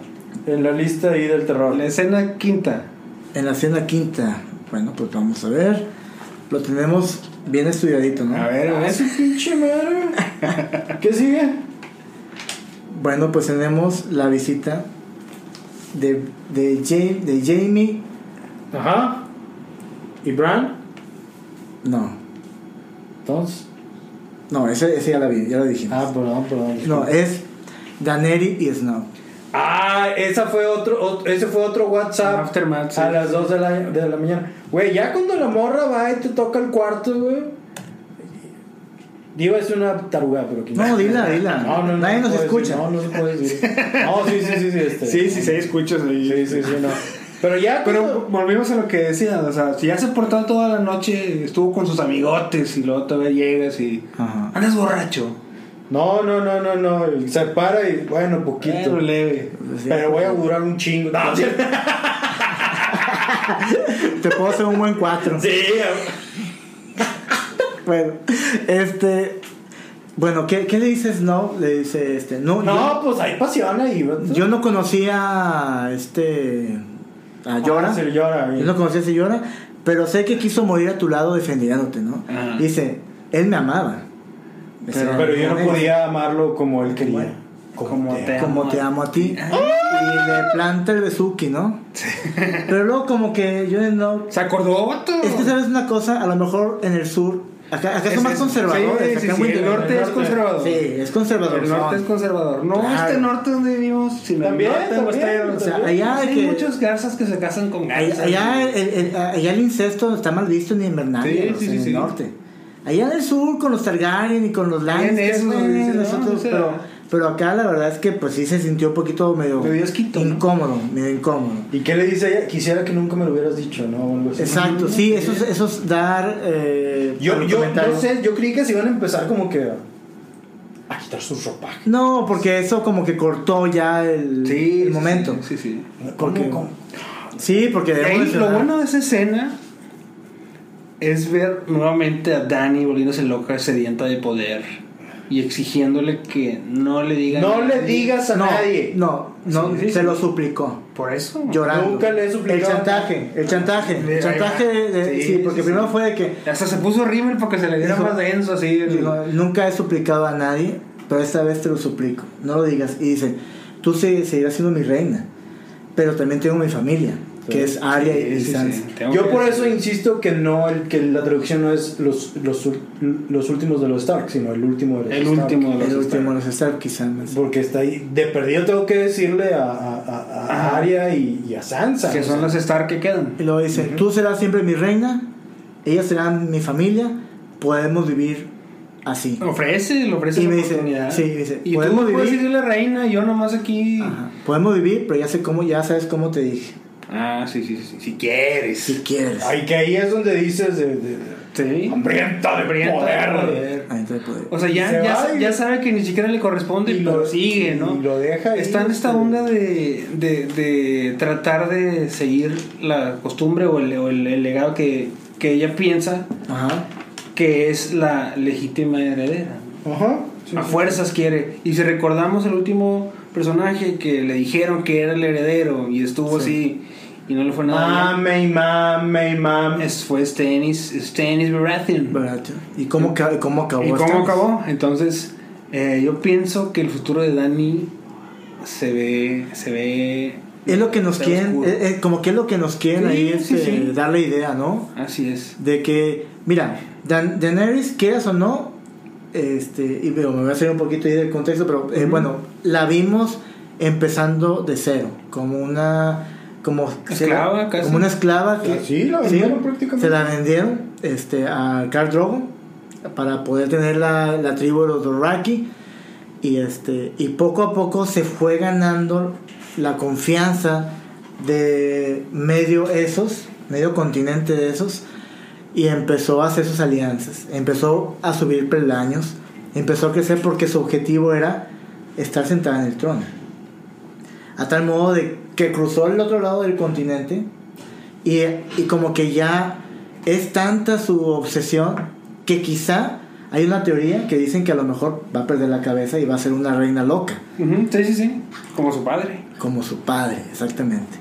En la lista ahí del terror. La escena quinta. En la escena quinta, bueno, pues vamos a ver. Lo tenemos bien estudiadito, ¿no? A ver, a Ah, ver. su pinche madre. ¿Qué sigue? Bueno, pues tenemos la visita de, de, Ja- de Jamie Ajá. ¿Y Bran? No, Entonces. no, ese, ese ya la vi, ya lo dijimos. Ah, perdón, perdón. no, es Daneri y Snow. Ah, esa fue otro, ot- ese fue otro WhatsApp. Aftermath, sí. A las 2 de la, de la mañana. Güey, ya cuando la morra va y te toca el cuarto, güey. Digo, es una taruga, pero que No, dila, dila. No, no, no Nadie se nos puede decir, escucha. no, no se puede decir. No, sí, sí, sí, sí. Este. escuchas Sí, sí, sí, no. Pero ya. Pero cuando- volvimos a lo que decías, o sea, si ya se portó toda la noche, estuvo con sus amigotes y luego todavía llegas y "Ah, Ajá. andas borracho. No, no, no, no, no. Se para y, bueno, poquito. Bueno, leve. Pues pero voy a durar un chingo. No, sí. Te puedo hacer un buen cuatro. Bueno, este. Bueno, ¿qué, qué le dice Snow? Le dice este. No, No, pues ahí pasión ahí. yo, yo no conocía a este. A Llora. Ah, Se llora. Yo no conocía a ese Llora, pero sé que quiso morir a tu lado defendiéndote, ¿no? Ajá. Dice, él me amaba. Pero, Dice, pero yo no él- podía amarlo como él quería. Como te Como te amo a ti. Y le planta el besuki, ¿no? Pero luego como que yo no... ¿Se acordó, vato? Es que sabes una cosa, a lo mejor en el sur, acá, acá Es son más eso. conservadores. Sí, acá sí, en sí, el Winter- norte es conservador. Sí, es conservador. El norte es son. conservador. No, Claro. este norte donde vivimos, si También, también, este, o sea, allá hay que- muchos garzas que se casan con garzas. Allá, allá el, el- ah, allá el incesto está mal visto ni en Bernalia, Sí, sí, o sea, sí, en el sí. norte. Allá en el sur con los Targaryen y con los Lannister, esos, bueno, dice, no, nosotros, no se pero, da. pero acá la verdad es que pues sí se sintió un poquito medio Medio asquito, ¿no? incómodo, medio incómodo. ¿Y qué le dice ella? Quisiera que nunca me lo hubieras dicho, ¿no? O algo así. Exacto, sí, eso es, eso es dar. Eh, Yo, algún yo comentario. no sé, yo creí que se iban a empezar como que a- a quitar su ropaje. No, porque eso como que cortó ya el, Sí, el sí, momento. Sí, Sí, sí. Porque- ¿Cómo, cómo? porque Y ahí, debemos lo mencionar- bueno de esa escena es ver nuevamente a Dani volviéndose loca, sedienta de poder y exigiéndole que no le diga No nada. le digas a no, nadie. No, no, Sí, sí, se sí. lo suplicó. Por eso. Llorando. Nunca le he suplicado. El chantaje, el chantaje. Sí, ahí El chantaje, va. Sí, de- sí, porque sí, primero sí. fue de que. Hasta se puso rímel porque se le diera Dijo- más denso así. el- digo, nunca he suplicado a nadie, pero esta vez te lo suplico. No lo digas. Y dice, tú se- seguirás siendo mi reina, pero también tengo mi familia, que es Arya y- y Sí, sí, Sansa. sí, tengo Yo que- por eso insisto que no, el, que la traducción no es los, los, ul- los últimos de los Stark, sino el último de los El Stark. último de los El Stark. último, los Stark quizás más. Porque está ahí. De perdido tengo que decirle a, a, a- a Ajá. Arya y, y a Sansa. Que o son sea, los Star que quedan. Y luego dice, tú serás siempre mi reina, ellas serán mi familia, podemos vivir así. Ofrece, le ofrece Y Oh, la me dice- oportunidad. sí, me dice, y tú ¿podemos puedes vivir? ir la reina, yo nomás aquí. Ajá. Podemos vivir, pero ya sé cómo, ya sabes cómo te dije. Ah, sí, sí, sí. Si quieres. Si quieres. Ay, que ahí es donde dices de, de- de- Sí. hambrienta de Hambrienta de poder. poder. Ahí te puede- O sea, ya, Se ya, va sa- y- ya sabe que ni siquiera le corresponde, y pero lo- sigue, ¿no? y lo deja ahí, Está en esta este- onda de, de, de tratar de seguir la costumbre o el, o el- el legado que, que ella piensa Ajá. que es la legítima heredera. Ajá. sí, A sí. fuerzas quiere. Y si recordamos el último personaje que le dijeron que era el heredero y estuvo así y no le fue Ah, nada. bien, Mame y mame y mame. es- Pues, fue este Stannis, Stannis Baratheon. Barato. ¿Y cómo, ca- cómo acabó? ¿Y esta- cómo acabó? Entonces, eh, yo pienso que el futuro de Dani se ve. Se ve Es lo que nos se ve quieren, oscuro. eh, eh, como que es lo que nos quieren Sí, ahí sí, este, sí. dar la idea, ¿no? Así es. De que, mira, Dan Daenerys, quieras o no, este, y veo, me voy a salir un poquito ahí del contexto, pero eh, Ujú. bueno, la vimos empezando de cero, como una como Esclava, casi. como una esclava que Ah, Sí, la vendieron prácticamente. se la vendieron este a Khal Drogo para poder tener la, la tribu de los Dorraki y este y poco a poco se fue ganando la confianza de medio esos medio continente de esos y empezó a hacer sus alianzas empezó a subir peldaños empezó a crecer porque su objetivo era estar sentada en el trono a tal modo de que cruzó el otro lado del continente y, y como que ya es tanta su obsesión que quizá hay una teoría que dicen que a lo mejor va a perder la cabeza y va a ser una reina loca, Ujú, Sí, sí, sí. Como su padre. como su padre, exactamente.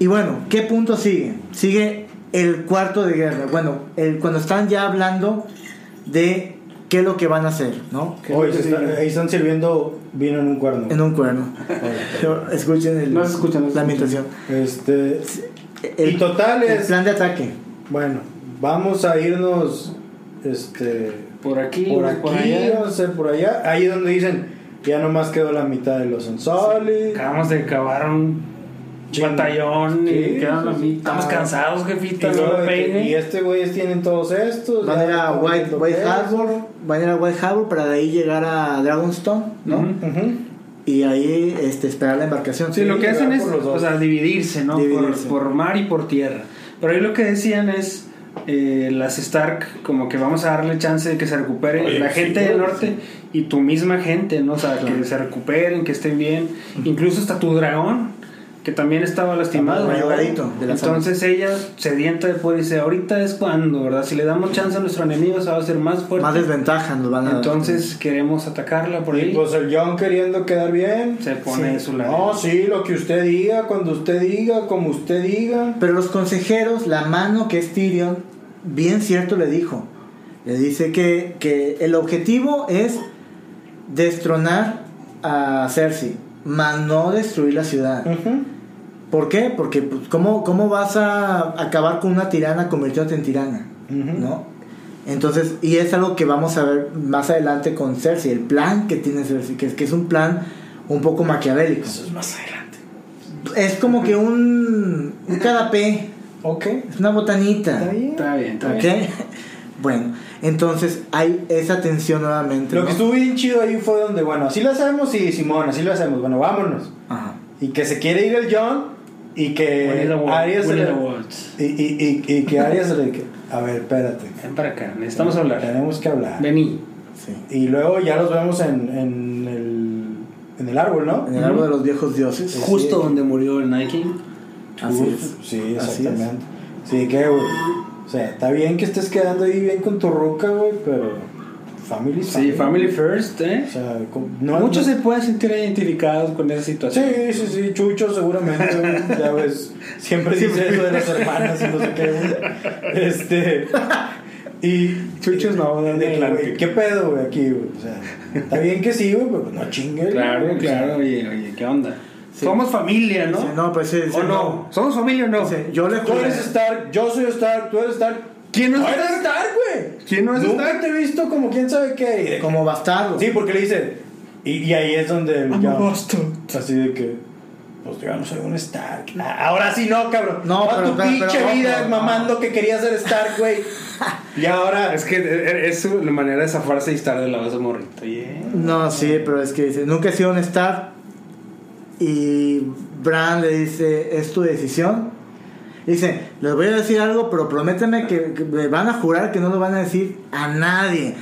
Y bueno, ¿qué punto sigue? Sigue el cuarto de guerra. Bueno, el, cuando están ya hablando de qué es lo que van a hacer, ¿no? ¿Qué es lo Oye, que se está- sigue? ahí están sirviendo vino en un cuerno. en un cuerno. Pero Escuchen el- No se escucha, no se la escucha. ambientación. Este. El- y total el es. plan de ataque. Bueno, vamos a irnos este, Por aquí, por aquí, pues, por allá. no sé, por allá. Ahí es donde dicen, ya nomás quedó la mitad de los Anzoli. Acabamos de acabar un Chingo. batallón Sí, y quedan la sí, sí. mitad. Estamos cansados, Y, jefita, no luego me de que, y peine. este güeyes tienen todos estos. Van a ir ya a están White, viendo White pesos. Harbor, van a ir a White Harbor para de ahí llegar a Dragonstone, ¿no? Ujú. Ujú. Y ahí este, esperar la embarcación. Sí, lo que hacen va es por los dos. o sea, dividirse, ¿no? Por- Dividirse. Por, mar y por tierra. Pero ahí lo que decían es eh, las Stark, como que vamos a darle chance de que se recupere Oye, la sí, gente güey, del norte y tu misma gente, ¿no? O sea, que se recuperen, que estén bien. Incluso hasta tu dragón, que también estaba lastimado. Ayudadito de la Entonces ella sedienta de poder dice, ahorita es cuando, ¿verdad? Si le damos chance a nuestro enemigo, se va a hacer más fuerte. Más desventaja nos van a dar. Entonces queremos atacarla por Y ahí. pues el John queriendo quedar bien. Se pone Sí. de su lado. No, sí, lo que usted diga, cuando usted diga, como usted diga. Pero los consejeros, la mano que es Tyrion, bien cierto le dijo. Le dice que, que el objetivo es destronar a Cersei, mas no destruir la ciudad. Ujú. ¿Por qué? Porque pues, ¿cómo, cómo vas a acabar con una tirana convirtiéndote en tirana? Ujú. ¿No? Entonces, y es algo que vamos a ver más adelante con Cersei, el plan que tiene Cersei, que es, que es un plan un poco maquiavélico. Eso es más adelante. Es como que un, un canapé, Ok. es una botanita. Está bien. Está bien, está bien. ¿Ok? Bueno, entonces hay esa tensión nuevamente. Lo ¿no? que estuvo bien chido ahí fue donde, bueno, así lo hacemos y Simón, así lo hacemos. Bueno, vámonos. Ajá. Y que se quiere ir el John y Winnie que the Wall, Arias eh, se Winnie le. the Walls. Y, y, y, y que Arias se le. que, A ver, espérate. Ven para acá, necesitamos hablar. Tenemos que hablar. Vení. Sí. Y luego ya los vemos en, en, el, en el árbol, ¿no? En el árbol de los viejos dioses. Justo donde murió el Nike. Así Uf, es. Sí, Así exactamente. Sí, que, güey. O sea, está bien que estés quedando ahí bien con tu ruca, güey, pero. Family is Sí, family first, ¿eh? O sea, com- no, Muchos no- se pueden sentir identificados con esa situación. Sí, sí, sí, Chucho seguramente, güey, ya ves, siempre dice eso de las hermanas y no sé qué, güey. Este, y... Chuchos no, de de Atlántico. ¿Qué pedo, güey, aquí, güey? O sea, está bien que sí, güey, pero no chingue. Claro, güey, o sea, claro, oye, oye, ¿qué onda? Sí. Somos familia, ¿no? Dice, No, pues sí, dice, ¿O no? ¿Somos familia o no? Dice, yo le Tú juré. eres este. Stark, yo soy Stark, tú eres Stark. ¿Quién no es Tú eres Stark? Stark, güey? ¿Quién no es Nunca Stark? te he visto como quién sabe qué. Y de- Como bastardo. Sí, porque le dice... Y, y ahí es donde... el ya- Así de que... Pues yo no soy un Stark. Ah, Ahora sí no, cabrón. No, Toda pero- tu pero- pinche pero- vida no. mamando que querías ser Stark, güey. y ahora... Es que e, es es su la manera de zafarse y estar de la base morrito. Oye. No, sí, pero es que dice, nunca he sido un star. Y Bran le dice, es tu decisión. Dice, les voy a decir algo, pero prométeme que, que me van a jurar que no lo van a decir a nadie.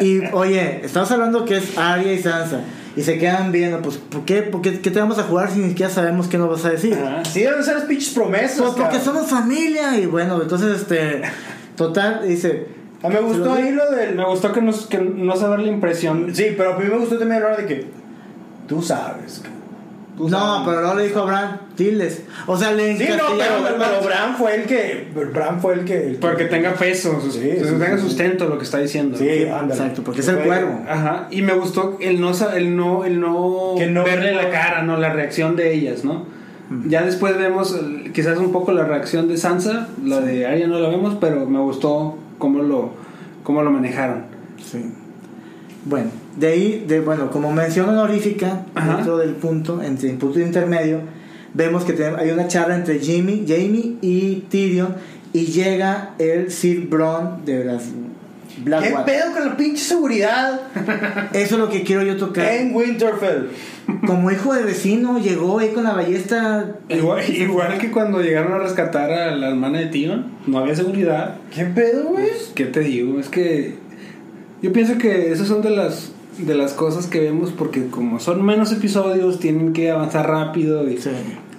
Y oye, estamos hablando que es Arya y Sansa. Y se quedan viendo, pues, ¿por qué, por qué, qué te vamos a jurar si ni siquiera sabemos qué nos vas a decir? Ajá. Sí, deben ser las pinches promesas, Pues porque cabrón. somos familia. Y bueno, entonces, este, total, dice, Ah, me Se gustó lo ahí lo del... Me gustó que, nos, que no saber la impresión. Sí, pero a mí me gustó también la hora de que... Tú sabes, cabrón. Tú no, sabes. pero no le dijo a Bran, diles. O sea, le Sí, no, pero, encasillaron al pero macho. Bran fue el que. Bran fue el que. el que- Porque tenga peso, sus- Sí, que sí, tenga sí, sí. sustento lo que está diciendo. Sí, ándale. Exacto, porque es el Fue- cuervo. Ajá, y me gustó el no, sa- el no, el no, Que no- verle la cara, no, la reacción de ellas, ¿no? Ya después vemos eh, quizás un poco la reacción de Sansa, la de Arya no la vemos, pero me gustó cómo lo, cómo lo manejaron. Sí. Bueno, de ahí, de, bueno, como mención honorífica, Ajá. dentro del punto, entre el punto intermedio, vemos que tenemos- hay una charla entre Jimmy, Jamie y Tyrion y llega el Sir Bron de las ¿Qué Blackwater. pedo con la pinche seguridad Eso es lo que quiero yo tocar. en Winterfell? Como hijo de vecino, llegó ahí con la ballesta. Igual, igual que cuando llegaron a rescatar a la hermana de Tion, no había seguridad. ¿Qué pedo, güey? Pues, ¿Qué te digo? Es que yo pienso que esas son de las de las cosas que vemos porque como son menos episodios tienen que avanzar rápido y Sí.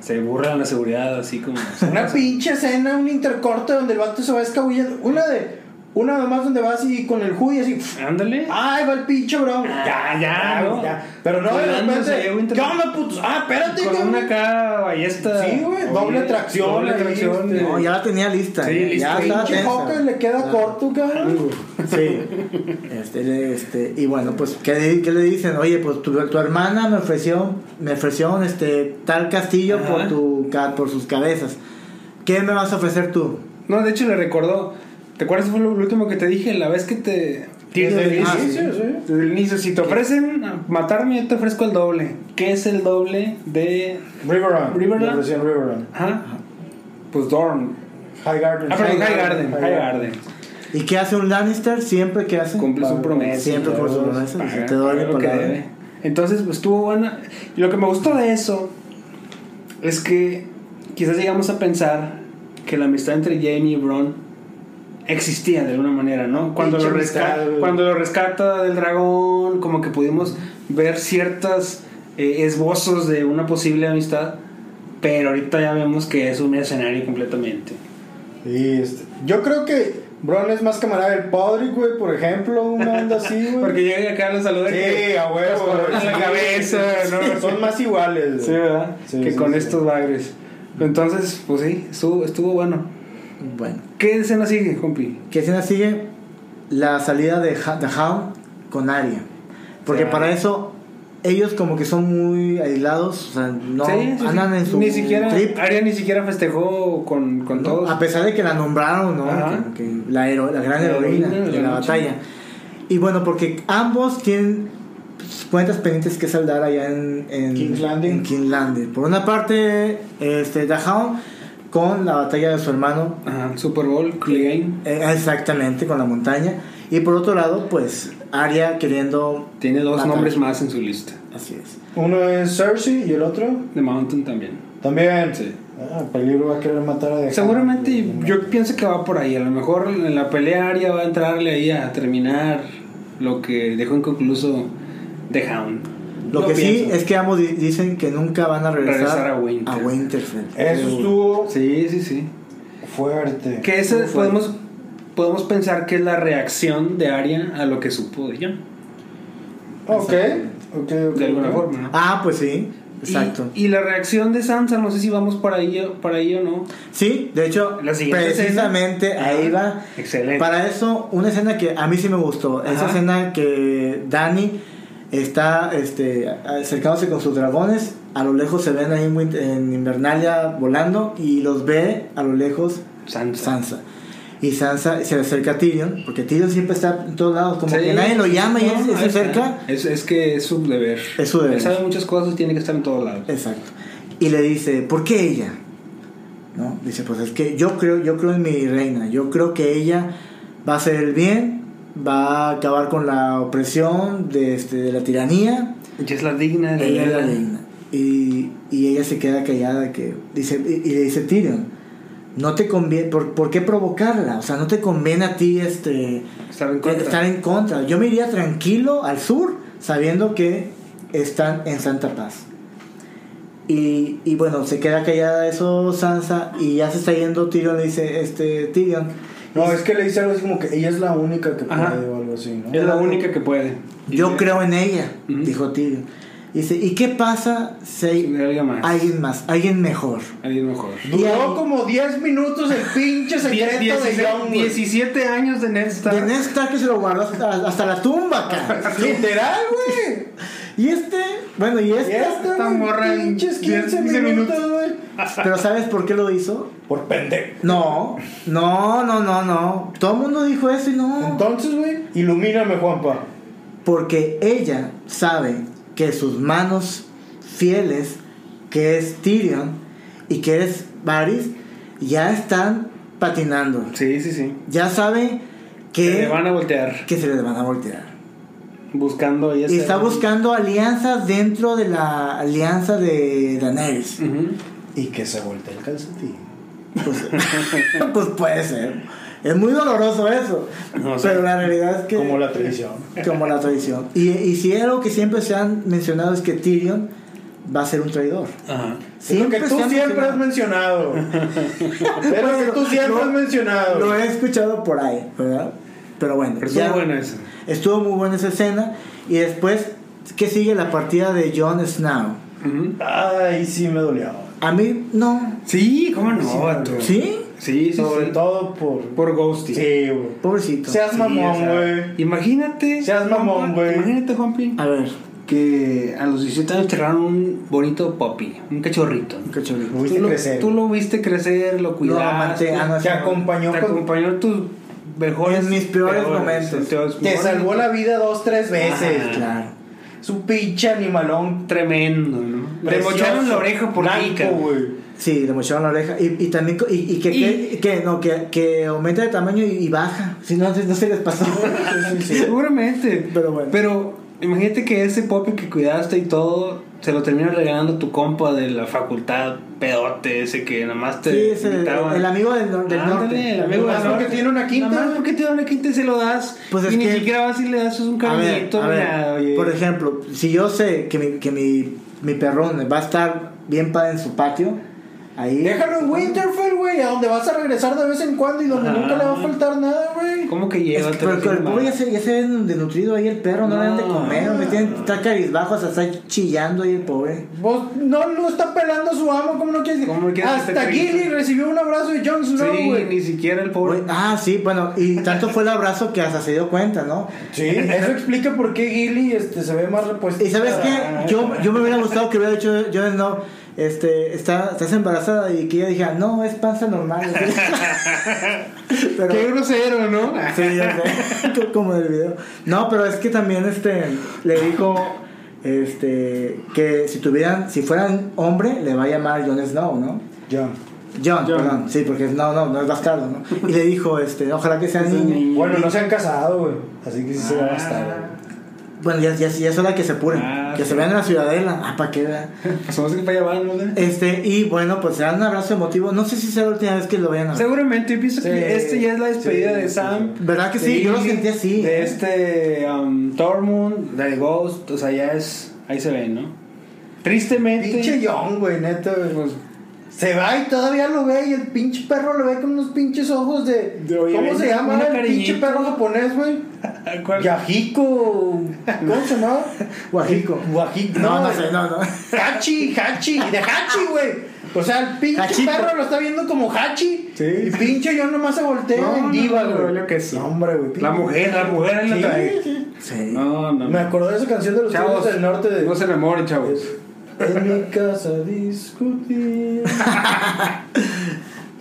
se burlan la seguridad así como Una pinche escena, un intercorte donde el vato se va escabullendo. Una de. Una nomás donde va así con el hoodie así. pf, ándale ¡Ay, va el pinche, bro! Ah, ya, ¿no? Pero no, de Colándose repente. ahí, Winterfell. ¿Qué onda, putos? ¡Ah, espérate, con cabrón! una acá ballesta Sí, güey, doble Oye, tracción, doble ahí, tracción este, No, ya la tenía lista. Sí, eh, lista. ya estaba Pinche tensa. Hawkeye le queda Ah. corto, cabrón. Sí. Este, le- este, y bueno, pues, ¿qué, le- qué le dicen? Oye, pues tu, tu hermana me ofreció, me ofreció este, tal castillo Ajá. por, tu, ca- por sus cabezas. ¿Qué me vas a ofrecer tú? no de hecho le recordó ¿Te acuerdas? Fue lo, lo último que te dije, la vez que te. Desde el Ah, inicio, sí. sí. Ah. Desde el inicio, si te ofrecen matarme, yo te ofrezco el doble. ¿Qué es el doble de. Riverrun. Riverrun. Lo decían Riverrun. Ajá. Pues Dorn. High Garden. Ah, perdón, High Garden. High Garden. ¿Y qué hace un Lannister? Siempre que hace. Cumple su Paga- promesa. Siempre Sí, por su claro. promesa. Paga- Te doy paga mi lo que palabra. debe. Entonces, pues estuvo buena. Y Lo que me gustó de eso es que quizás llegamos a pensar que la amistad entre Jamie y Bron existía de alguna manera, ¿no? Cuando lo, Pinche rescata, amistad, güey. cuando lo rescata del dragón, como que pudimos ver ciertas eh, esbozos de una posible amistad, pero ahorita ya vemos que es un escenario completamente. Y este, yo creo que Bron es más camarada del Podrick, güey, por ejemplo, una onda así, güey. Porque llega acá a saludar Sí, a huevo. en la sí. cabeza, ¿no? Son más iguales. Sí, güey. ¿verdad? Sí, que sí, con sí. estos bagres. Entonces, pues sí, estuvo, estuvo bueno. Bueno. ¿Qué escena sigue, compi? ¿Qué escena sigue? La salida de, Ha- de Hao con Arya. Porque Sí. para eso ellos como que son muy aislados, o sea, no Sí, sí, sí. andan en su ni siquiera, trip. Arya ni siquiera festejó con, con ¿no? todos. A pesar de que la nombraron, ¿no? Ajá. Como que la, hero- la gran La heroína heroína de la de la noche. batalla. Y bueno, porque ambos tienen pues, cuentas pendientes que saldar allá en, en King's Landing. en King's Landing. Por una parte, este, Dahao con la batalla de su hermano Ajá, Super Bowl, Clegane. Eh, Exactamente, con la montaña. Y por otro lado, pues Aria queriendo. Tiene dos matar. nombres más en su lista. Así es. Uno es Cersei y el otro The Mountain también. también. Sí. Ah, peligro va a querer matar a Dejado. Seguramente yo pienso que va por ahí. A lo mejor en la pelea Arya va a entrarle ahí a terminar lo que dejó inconcluso The Hound. Lo No que sí pienso. es que ambos di- dicen que nunca van a regresar, Regresar a Winter. Winterfell. Eso estuvo Sí, sí, sí. fuerte. Que ese podemos, podemos pensar que es la reacción de Arya a lo que supo de Jon. Ok, ok, ok. De alguna forma, ¿no? Ah, pues sí, exacto. Y, y la reacción de Sansa, no sé si vamos para ahí, o- para ahí o no. sí, de hecho, La siguiente precisamente escena. ahí va. Excelente. Para eso, una escena que a mí sí me gustó. Esa Ajá. escena que Dani está este, acercándose con sus dragones. A lo lejos se ven ahí en Win- en Invernalia volando y los ve a lo lejos Sansa. Sansa. Y Sansa se le acerca a Tyrion, porque Tyrion siempre está en todos lados, como Sí. que nadie lo llama y No, él se- ahí se está. acerca. Pues. Es, es que es su deber. Es su deber. Él sabe muchas cosas y tiene que estar en todos lados. Exacto. Y le dice, ¿por qué ella? ¿No? Dice, pues es que yo creo, yo creo en mi reina, yo creo que ella va a hacer el bien, va a acabar con la opresión de, este, de la tiranía, Y es la digna de la ella es la vida. reina. Y, y ella se queda callada que dice, y, y le dice Tyrion, no te conviene, ¿por, por qué provocarla? O sea, no te conviene a ti este, Estar en contra. estar en contra. Yo me iría tranquilo al sur sabiendo que están en Santa Paz. Y, y bueno, se queda callada eso Sansa y ya se está yendo Tyrion, le dice este Tyrion. No, es que le dice algo así como que ella es la única que puede Ajá. o algo así, ¿no? Es la única que puede. Yo creo en ella, Ujú. dijo Tyrion. Dice, ¿y qué pasa si hay Alguien más. alguien más, alguien mejor? Alguien mejor. Y ahí- Duró como 10 minutos el pinche secreto de John, güey. 17 años de Ned Stark. De Ned Stark que se lo guardó hasta, hasta la tumba, cara. Literal, güey. Y este, bueno, y Y este. esta, Esta güey, morra en pinches 15 10 minutos, minutos, güey. Pero ¿sabes por qué lo hizo? Por pendejo. No, no, no, no, no. Todo el mundo dijo eso y no. Entonces, güey, ilumíname, Juanpa. Porque ella sabe que sus manos fieles, que es Tyrion y que es Varys, ya están patinando. Sí, sí, sí. Ya sabe Se le que, van a voltear. que se les van a voltear. Buscando ahí Y ese- está buscando alianzas dentro de la alianza de Daenerys. Ujú. Y que se voltea el calcetín. Pues, pues puede ser. Es muy doloroso eso. No sé. pero la realidad es que. Como la tradición. como la tradición. Y, y si hay algo que siempre se han mencionado es que Tyrion va a ser un traidor. Ajá. Es lo que tú se ha siempre has mencionado. mencionado. Es lo que Bueno, tú siempre lo- has mencionado. Lo he escuchado por ahí, ¿verdad? Pero bueno, Pero ya- estuvo bueno eso. estuvo muy buena esa escena. Y después, ¿qué sigue? La partida de Jon Snow. Ujú. Ay, sí me dolió. A mí, no. Sí, ¿cómo no? vato? ¿Sí? Sí, sí, Sobre sí. todo por. Por ghosting. Sí, güey. Pobrecito. Seas Sí, o mamón, sea, güey. Imagínate. Seas mamón, Juanpa, güey. Imagínate, Juanpi. A ver, Que a los 17 años te regalaron un bonito poppy, un cachorrito. qué chorrito. Lo viste lo, crecer. tú lo viste crecer, lo Lo cuidaste. amante, ah, no, Te sí, no. acompañó te con. acompañó tus mejores. En mis peores momentos. en peores- Te salvó la vida dos, tres veces. Ajá. Ah, Claro. Su pinche animalón. Tremendo, ¿no? Le precioso, mocharon la oreja por blanco, Kika. güey. Sí, le mocharon la oreja. Y, y también, co- y, y que, Y- que, que- no, que, que aumenta de tamaño y, y baja. Si no, no se les pasó. Seguramente. Pero bueno. Pero imagínate que ese popi que cuidaste y todo, se lo terminas regalando a tu compa de la facultad, pedote ese que nada más te sí, es el, invitaban. el amigo del, nor- del Ándale, norte. el amigo Nada del más porque norte. tiene una quinta. Nada más porque tiene una quinta y se lo das. Pues y es ni que- siquiera vas y le das es un A ver, caminito. a ver, mira, oye. por ejemplo, si yo sé que mi, que mi, mi perrón va a estar bien padre en su patio, ahí. Déjalo en Winterfell, güey, a donde vas a regresar de vez en cuando y donde Ajá. nunca le va a faltar nada, güey. ¿Cómo que Es lleva? que, pero el pobre ya se, ya se ve desnutrido ahí el perro, no, le dan de No. comer, me tienen, está cabizbajo, hasta está chillando ahí el pobre. Vos no lo está pelando su amo, ¿cómo no quieres decir? ¿Cómo quieres que esté Hasta cariño? Gilly recibió un abrazo de Jon Snow, Sí, güey. ni siquiera el pobre. Güey, ah, sí, bueno, y tanto fue el abrazo que hasta se dio cuenta, ¿no? Sí, eso explica por qué Gilly este, se ve más repuesto. Y sabes qué, yo, yo me hubiera gustado que hubiera dicho, yo no, este, está, estás embarazada y que ella dijera, no, es panza normal. Pero- Qué grosero, ¿no? Ah, Sí, ya sé. Como del video. No, pero es que también este le dijo este que si tuvieran, si fueran hombre, le va a llamar Jon Snow, ¿no? John. John, Jon. perdón, sí, porque no, no, no es bastardo, ¿no? Y le dijo, este, ojalá que sea niño. Bueno, no se han casado, güey. Así que sí se va a bastar. Bueno, ya, ya, ya es hora que se apuren, Ah, que sí. se vean en la ciudadela. Ah, para qué vean. Somos que para allá van, ¿no? Este, y bueno, pues será un abrazo emotivo. No sé si será la última vez que lo vayan a ver. Seguramente, yo pienso Sí, que este ya es la despedida sí, de sí, Sam. ¿Verdad que de sí? Yo lo Lily, sentí así. De este um, Tormund, de Ghost, o sea, ya es. Ahí se ve, ¿no? Tristemente. Pinche John, güey, neta, güey, pues, Se va y todavía lo ve y el pinche perro lo ve con unos pinches ojos de... De, oye, ¿Cómo ven, se llama una el cariñito. pinche perro japonés, güey? ¿Cuál? Yajico... ¿Cómo se llama? Guajico. Guajico. No, no sé, no, no. Hachi, Hachi, de Hachi, güey. O sea, el pinche Hachiko. perro lo está viendo como Hachi. Sí. Y pinche John nomás se voltea No, en no, diva, no, güey. yo que sí. No, hombre, güey. La mujer, la mujer en la Sí, trae. sí. Sí. No, no. Me acordé de esa canción de los Chavos, Tigres del norte de... No se enamoren, chavos. En mi casa discutir.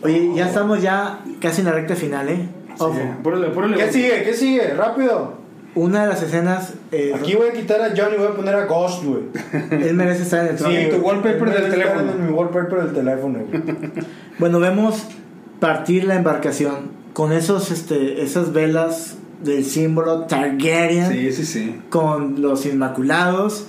Oye, ya estamos ya casi en la recta final, ¿eh? Ojo. Púrale, púrale. ¿Qué sigue? ¿Qué sigue? Rápido. Una de las escenas, eh, Aquí voy a quitar a John y voy a poner a Ghost, güey. él merece estar en el trono. Sí. tu güey. wallpaper del Me voy a estar teléfono. En mi wallpaper del teléfono, güey. Bueno, vemos partir la embarcación con esos, este, esas velas del símbolo Targaryen, Sí, sí, sí. con los Inmaculados,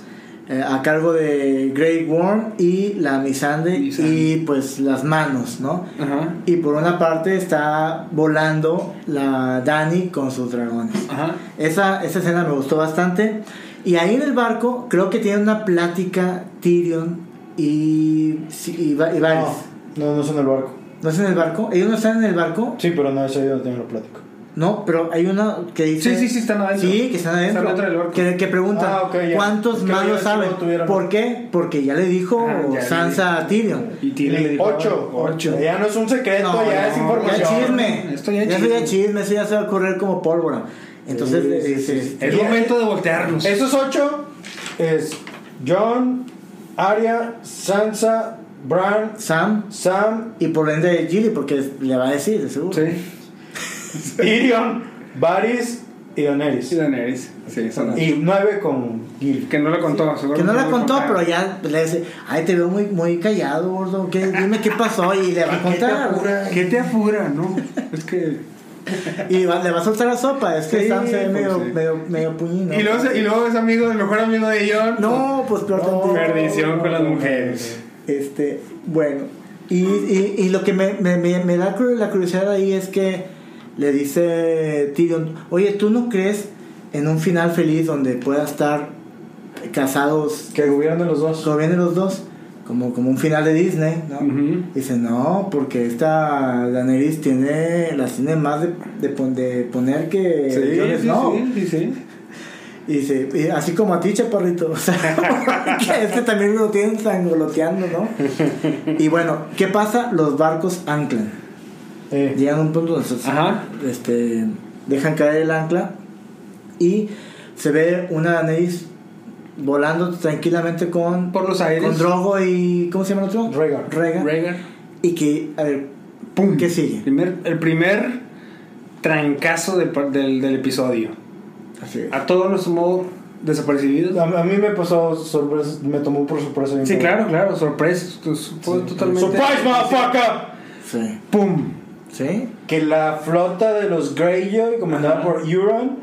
eh, a cargo de Grey Worm y la Misande, Missandei. y pues las manos, ¿no? Ajá. Y por una parte está volando la Dani con sus dragones. Ajá. Esa, esa escena me gustó bastante. Y ahí en el barco, creo que tienen una plática Tyrion y, sí, y, Va- y Varys. No, no, no es en el barco. ¿No es en el barco? ¿Ellos no están en el barco? Sí, pero no es ahí donde tengo la plática. No, pero hay una que dice. Sí, sí, sí, están adentro. Sí, que están adentro. Están adentro del barco. Que, que preguntan: Ah, ok, ya. ¿cuántos Es que yo magos sí saben? no tuviera- ¿Por qué? Porque ya le dijo Ah, ya Sansa a Tyrion. Y tiene le dijo, Ocho. Ocho. Ya no es un secreto, No, ya no, es información. ya chisme. Esto ya es eso ya es chisme. chisme, eso ya se va a correr como pólvora. Entonces Sí, le sí, dice: sí. Es momento de voltearnos. Esos ocho es John, Arya, Sansa, Bran, Sam, Sam, y por ende Gilly, porque le va a decir, de seguro. Sí. Tyrion, Varys y Daenerys. Sí, Daenerys. Sí, son Y nueve con Gil. Que no la contó, Que seguramente no la voy a contó, contar. pero ya le dice, ay, te veo muy, muy callado, gordo, ¿qué? dime qué pasó y le va a contar. ¿Qué te apura, no? Es que. Y va- le va a soltar la sopa, es que Sí, Sam se ve pues medio, sí. medio, medio puñino. Y luego, se- y luego es amigo, el mejor amigo de John. No, pues peor tantito. Perdición con las mujeres. Este, bueno, y, y, y lo que me, me, me- me da cur- la curiosidad ahí es que le dice Tyrion, oye, ¿tú no crees en un final feliz donde pueda estar casados Que gobiernan los dos. como vienen los dos, como, como un final de Disney, ¿no? Ujú. Dice, no, porque esta Daenerys tiene, las tiene más de, de pon- de poner que Sí, Jon sí, Snow". sí, sí, sí. Y dice, "Y así como a ti, chaparrito. O sea, que este también lo tienen sangoloteando, ¿no? Y bueno, ¿qué pasa? Los barcos anclan. Eh, Llegan a un punto donde se- Ajá. este, dejan caer el ancla y se ve una Daenerys volando tranquilamente con, Por los aires. con Drogo y... ¿Cómo se llama el otro? Rhaegar. Rhaegar. Rhaegar. Y que, a ver, ¡Pum! ¿qué sigue? Primer- el primer trancazo de par- del, del episodio. Así es. A todos nos tomó desapercibidos. A, a mí me pasó sorpresa, me tomó por sorpresa. bien Sí, claro, cabrón. claro, sorpresa. Fue totalmente. Surprise, motherfucker. Sí. ¡Pum! ¿Sí? Que la flota de los Greyjoy, comandada Ajá. por Euron,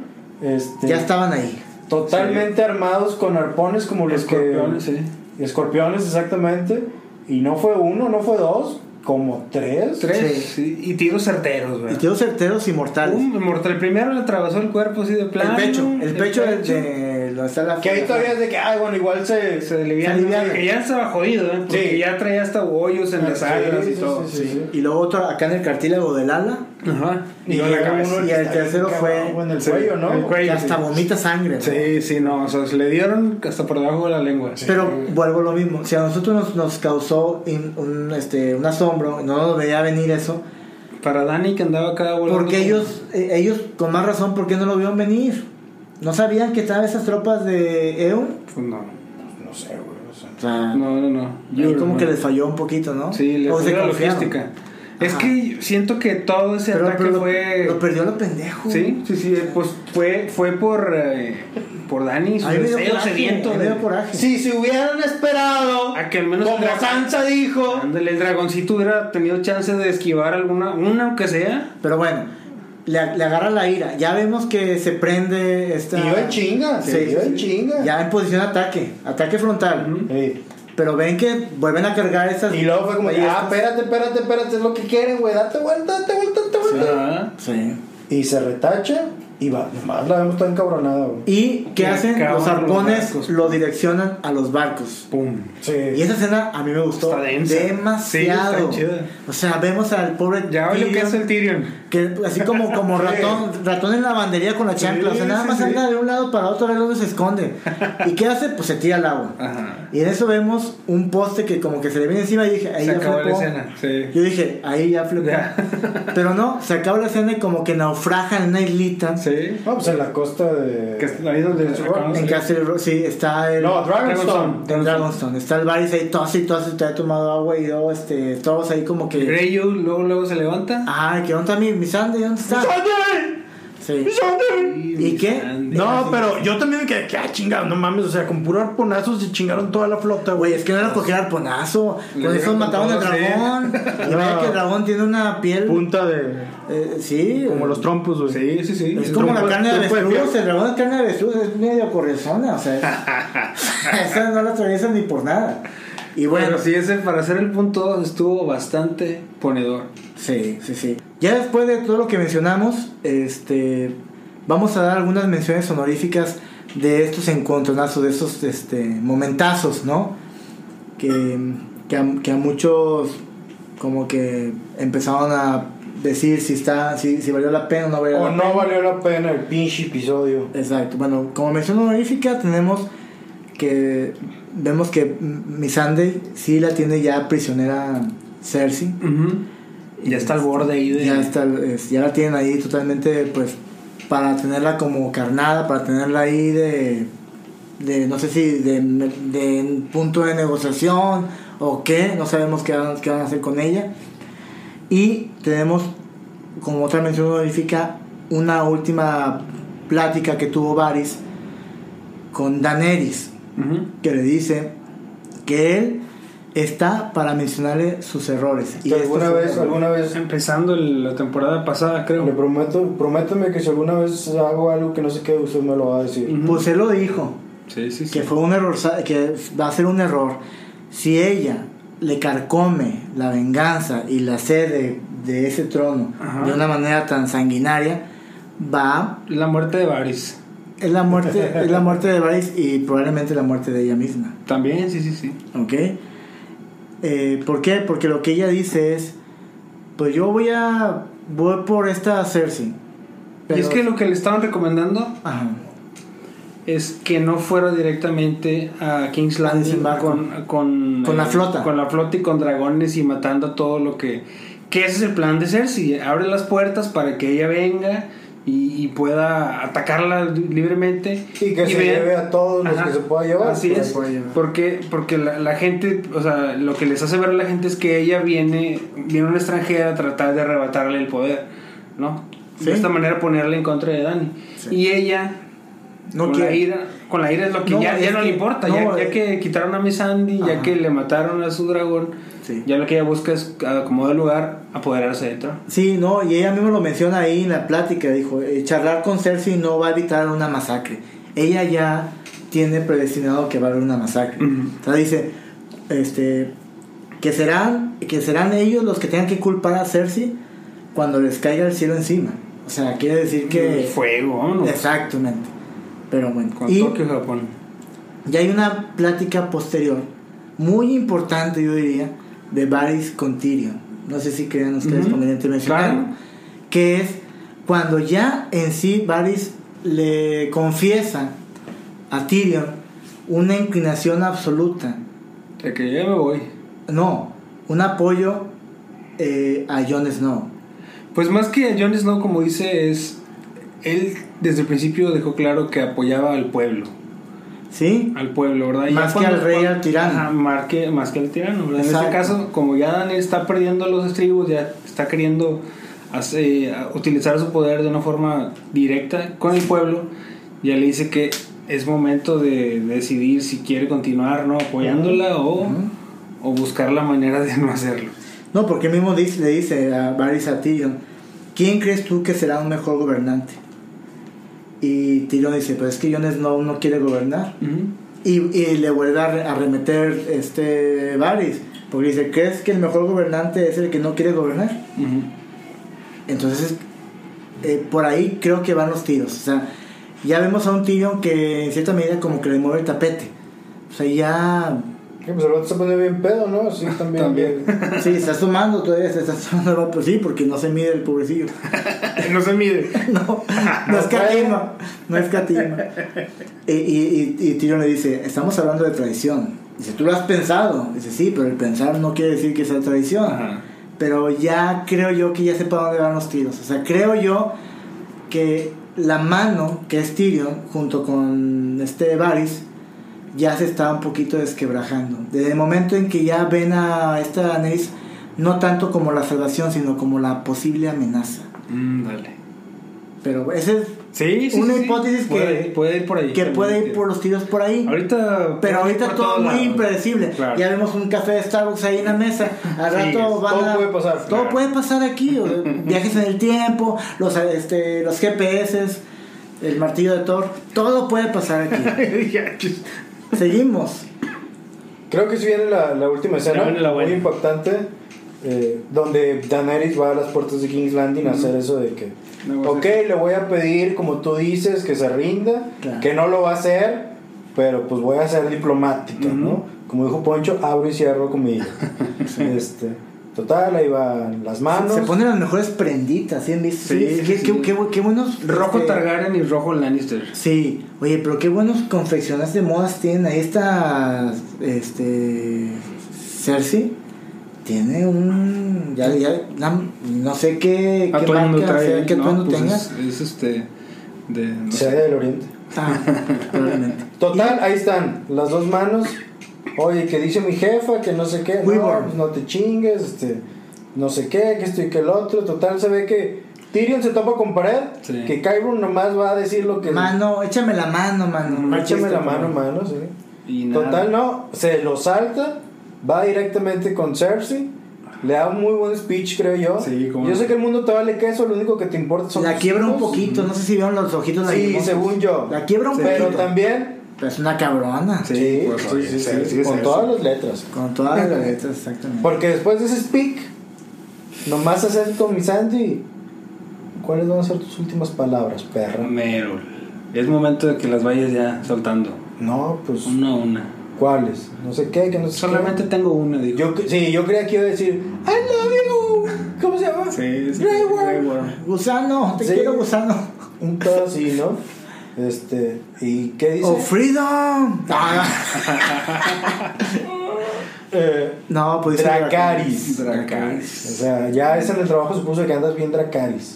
este, Ya estaban ahí. totalmente armados con arpones como los Escorpiones, que. sí. Escorpiones, exactamente. Y no fue uno, no fue dos, como tres. Tres. Sí. sí, Y tiros certeros, güey. Y tiros certeros y mortales. ¡Pum! Mortal. Primero le atravesó el cuerpo así de el plano. pecho, el pecho de, pecho. de donde está la Que ahí todavía es de que, ay, bueno, igual se. Se aliviana, Se aliviana. Ah, Que ya estaba jodido, ¿eh? Porque Sí. ya traía hasta hoyos en las Sí, alas sí, y todo. sí, sí, sí. Y luego otro acá en el cartílago del ala. Ajá. Y, Y luego luego la cabeza. uno y que el está bien tercero cabrón, fue- En el Sí, cuello, ¿no? el cuello. que hasta vomita sangre. ¿no? Sí, sí, no, o sea, se le dieron hasta por debajo de la lengua. Pero vuelvo a lo mismo, si a nosotros nos, nos causó in- un, este, un asombro, no nos veía venir eso, Para Dani que andaba cada volando. porque ellos, eh, ellos con más razón, ¿por qué no lo vieron venir? No sabían que estaban esas tropas de EUN. Pues no. No sé, güey. o sea. O sea, No, no, no. ahí como que les falló un poquito, ¿no? Sí, le O falló se la confiaron. logística. Es Ajá. que siento que todo ese Pero, ataque pero lo, fue. lo perdió lo pendejo. sí, sí, sí. eh, Pues fue, fue por, eh, por Dani, su Ahí me dio deseo coraje, sediento. ahí me dio de- coraje. Si se hubieran esperado, A que al menos como la- Sansa dijo, Ándale, el dragoncito hubiera tenido chance de esquivar alguna, una aunque sea. Pero bueno, le, le agarra la ira. Ya vemos que se prende esta. y yo en chinga, Sí, se sí, dio en sí. chinga. Ya en posición de ataque, ataque frontal. Sí. Pero ven que vuelven a cargar esas. Y luego fue como, que, ah, ballestas. espérate, espérate, espérate, es lo que quieren, güey, date vuelta, date vuelta, date vuelta. Ajá. Sí. Y se retacha y va, nomás la vemos tan encabronada, güey. ¿Y qué Y hacen? acaban Los los arpones barcos. lo direccionan a los barcos. Pum. Y Sí. esa escena a mí me gustó Está densa. demasiado. Sí, está chida. O sea, vemos al pobre Ya valió que Tyrion, es el Tyrion. que así como, como ratón, ratón en la bandería con la chancla. o sea, nada sí, más sí. anda de un lado para otro a ver dónde se esconde. ¿Y qué hace? Pues se tira al agua. Ajá. Y en eso vemos un poste que como que se le viene encima y dije, ahí Se ya acabó la flipó. escena. Sí. Yo dije, ahí ya flipó. Ya. Pero no, se acaba la escena y como que naufraga en una islita. Sí. No, pues en la costa de. Que es ahí donde acabamos En de- Castle Rock, sí, está el... No, Dragonstone. Dragonstone. en Dragonstone. Está el Varys ahí, todo así, todo así, te ha tomado agua y luego, este, todos ahí como que... Greyjoy luego, luego se levanta. Ajá, ¿qué onda mi, mi Sandy? ¿Dónde está? ¡Sandy! Sí. ¡Sandy! ¿Y qué? No, pero yo también me quedé, que, ah, chingado, no mames, o sea, con puro arponazos se chingaron toda la flota, Güey, güey. es que no era cualquier arponazo. Le Con eso dieron con mataron al todo, sí. dragón. Y vaya que el dragón tiene una piel... Punta de. eh, sí. Como los trompos, güey. Sí, sí, sí. Es como la trompo- carne de trompo de avestruz, fierro. el dragón de carne de avestruz es medio correzona, o sea, es- esa no la atraviesan ni por nada. Y bueno, Pero sí. sí, ese para hacer el punto 2 estuvo bastante ponedor. sí, sí, Ya después de todo lo que mencionamos, este, vamos a dar algunas menciones honoríficas de estos encontronazos, de estos este, momentazos, ¿no? Que, que, a, que a muchos como que empezaron a decir si está, si, si valió la pena o no valió la O pena. no valió la pena el pinche episodio. Exacto. Bueno, como mención honorífica, tenemos que. Vemos que mm, Missandei sí la tiene ya prisionera Cersei. Ya está al borde ahí de. Ya, está, es- ya la tienen ahí totalmente, pues, para tenerla como carnada, para tenerla ahí de. de no sé si de, de punto de negociación o qué, no sabemos qué van, qué van a hacer con ella. Y tenemos, como otra mención honorífica, una última plática que tuvo Varys con Daenerys, Ujú. que le dice que él está para mencionarle sus errores. Y alguna este fue vez, un error. alguna vez Empezando el- la temporada pasada, creo. Le prometo, prométeme que si alguna vez hago algo que no sé qué, usted me lo va a decir. Ujú. Pues él lo dijo, Sí, sí, sí. que fue un error, sa- que va a ser un error. Si ella le carcome la venganza y la sed de, de ese trono Ajá. de una manera tan sanguinaria, va La muerte de Varys. es la muerte es la muerte de Varys y probablemente la muerte de ella misma, También, sí, sí, sí. ¿ok? Eh, ¿Por qué? Porque lo que ella dice es, pues yo voy a voy por esta Cersei. Y es pero- que lo que le estaban recomendando Ajá. es que no fuera directamente a King's Al Landing desembarco. con, con, eh, Con la flota. Con la flota y con dragones y matando a todo lo que... Que ese es el plan de Cersei. Abre las puertas para que ella venga y, y pueda atacarla libremente. Y que se vean- lleve a todos los Ajá. que se pueda llevar. Así Que se es. pueda llevar. Porque, porque la, la gente, o sea, lo que les hace ver a la gente es que ella viene, viene una extranjera a tratar de arrebatarle el poder, ¿no? Sí. de esta manera ponerle en contra de Dani. Sí. Y ella, No con, la quiere. ira, con la ira es lo que No, ya, ya es no que- le importa, no, ya, eh. ya que quitaron a Miss Andy, Ajá. ya que le mataron a su dragón, Sí. ya lo que ella busca es acomodar lugar, apoderarse de Tron. Sí, no, y ella misma lo menciona ahí en la plática, dijo, eh, charlar con Cersei no va a evitar una masacre. Ella ya tiene predestinado que va a haber una masacre. Ujú. O sea, dice, este, que serán, que serán ellos los que tengan que culpar a Cersei cuando les caiga el cielo encima. O sea, quiere decir que... Fuego, vámonos. Exactamente. Pero bueno. Con y- Tokio, Japón. y hay una plática posterior, muy importante yo diría, de Varys con Tyrion. No sé si crean ustedes Ujú. conveniente mencionarlo. Claro. Que es cuando ya en sí Varys le confiesa a Tyrion una inclinación absoluta. De que ya me voy. No, un apoyo eh, a Jon Snow. Pues más que Jon Snow, como dice, es. Él desde el principio dejó claro que apoyaba al pueblo. ¿Sí? Al pueblo, ¿verdad? Y Más ya que cuando- al rey, cuando- al tirano. Ajá, más que, más que al tirano, ¿verdad? En Exacto. este caso, como ya Dani está perdiendo los estribos, ya está queriendo hacer- utilizar su poder de una forma directa con el pueblo, ya le dice que es momento de decidir si quiere continuar no apoyándola o, o buscar la manera de no hacerlo. No, porque él mismo dice- le dice a Varys a Tyrion, ¿quién crees tú que será un mejor gobernante? Y Tyrion dice, pues es que Jon Snow no quiere gobernar. Y, y le vuelve a re- a arremeter este Varys, porque dice, ¿crees que el mejor gobernante es el que no quiere gobernar? Ujú. Entonces, eh, por ahí creo que van los tiros. O sea, ya vemos a un Tyrion que en cierta medida como que le mueve el tapete. O sea, ya... Que pues el vato se pone bien pedo, ¿no? Sí, también. También. bien. Sí, está tomando todavía, se está tomando el pues sí, porque no se mide el pobrecillo. No se mide. No, no es catima, no es catima. Y, y, y, y Tyrion le dice, estamos hablando de traición. Dice, tú lo has pensado. Dice, sí, pero el pensar no quiere decir que sea traición. Ajá. Pero ya creo yo que ya sé para dónde van los tiros. O sea, creo yo que la mano que es Tyrion junto con este Varys ya se está un poquito desquebrajando. Desde el momento en que ya ven a esta Daenerys no tanto como la salvación, sino como la posible amenaza. Mm, dale. Pero ese es Sí, sí, Una sí, sí. hipótesis puede, que- puede ir por ahí. que puede ir por los tiros por ahí. Ahorita. Pero ahorita por todo todos muy lados. impredecible. Claro. Ya vemos un café de Starbucks ahí en la mesa. Al Sí, rato todo van a- puede pasar, Todo claro. puede pasar aquí. o- viajes en el tiempo, los, este, los GPS, el martillo de Thor. Todo puede pasar aquí. Ya, chis. Seguimos. Creo que sí viene la, la última escena, Ya viene la buena. muy impactante, eh, donde Daenerys va a las puertas de King's Landing a hacer eso de que, Negociación. ok, le voy a pedir, como tú dices, que se rinda, Claro. que no lo va a hacer, pero pues voy a ser diplomática, ¿no? Como dijo Poncho, abro y cierro comida. este, total, ahí van las manos. Se ponen las mejores prenditas. ¿sí? han visto? Sí, Sí, sí, qué, sí. qué- qué bu- qué buenos. Rojo este, Targaryen y rojo Lannister. Sí, oye, pero qué buenos confecciones de modas tienen ahí esta, este, Cersei. Tiene un, ya, ya, na- no sé qué, Ah, qué todo el mundo marca, trae, sea, qué no, atuendo pues tenga. Es, es este. De, no sea sé. del oriente. Ah, probablemente. Total, ahí están, las dos manos. Oye, que dice mi jefa, que no sé qué, no, Weaver. pues no te chingues, este, no sé qué, que esto y que el otro. Total, se ve que Tyrion se topa con pared, Sí. que Kyron nomás va a decir lo que. Mano, échame la mano, Este, mano. Échame la Échame mano, mano, sí. Y nada. Total, no, se lo salta, va directamente con Cersei. Le da un muy buen speech, creo yo. Sí, cómo yo no. sé que el mundo te vale queso, lo único que te importa son La tus quiebra un hijos. poquito, no sé si vieron los ojitos Sí, lagrimosos. según yo. La quiebra un Pero poquito. también Pero es una cabrona. Sí, Sí, pues, sí, oye, sí, Cersei, sí, Cersei. con todas las letras. Con todas las letras, exactamente. Porque después de ese speak, nomás acepto mi Sandy. ¿Cuáles van a ser tus últimas palabras, perra? Merol. Es momento de que las vayas ya soltando. No, pues, Una a una. ¿cuáles? No sé qué, que no sé Solamente tengo una, Pues, qué. digo. Yo, que- sí, yo creía que iba a decir, I love you. ¿Cómo se llama? Sí, sí, Grey Worm. Grey Worm. Gusano, te Sí. quiero gusano. Un pedo así, ¿no? Este, ¿y qué dice? Oh, freedom. Ah, Eh, no, pues dice Dracaris. Dracarys. O sea, ya es en el trabajo supuso que andas bien Dracaris.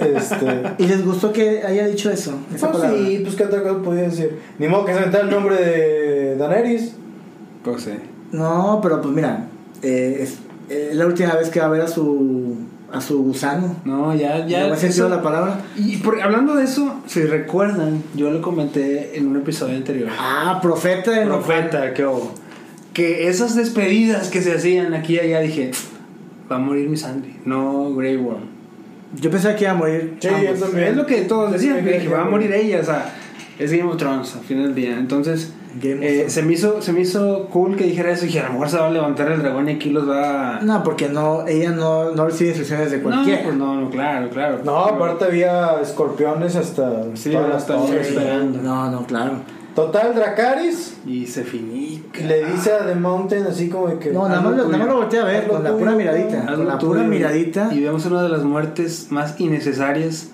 este. ¿Y les gustó que haya dicho eso? Esa Pues palabra? sí, pues qué otra cosa podía decir. Ni modo que se inventara el nombre de Daenerys. Pues sí. No, pero pues mira, eh, es eh, la última vez que va a ver a su, a su gusano. No, ya, ¿Ya ya. me sentido eso- la palabra? Y por- hablando de eso, si recuerdan, yo lo comenté en un episodio anterior. Ah, profeta de Profeta, que Que esas despedidas que se hacían aquí y allá, dije, va a morir mi Sandy. No, Grey Worm. Yo pensaba que iba a morir. Sí, ambos. yo también. Es lo que todos decían, Sí, que dije, Grey va a Worm. morir ella, o sea, es Game of Thrones al final del día. Entonces, Game of eh, Thrones. se, me hizo, se me hizo cool que dijera eso. Dije, a lo mejor se va a levantar el dragón y aquí los va a... No, porque no, ella no, no recibe instrucciones de cualquiera. No, pues no, no, claro, claro. No, aparte había escorpiones hasta Sí, todas las hasta torres. sí. esperando. No, no, claro. Total, Dracaris Y se finica. le dice a The Mountain así como de que... Ah. No, nada más, lo- nada más lo volteé a ver Hazlo con la tuyo, pura ¿no? miradita. Hazlo Con la tú, pura y- miradita. Y vemos una de las muertes más innecesarias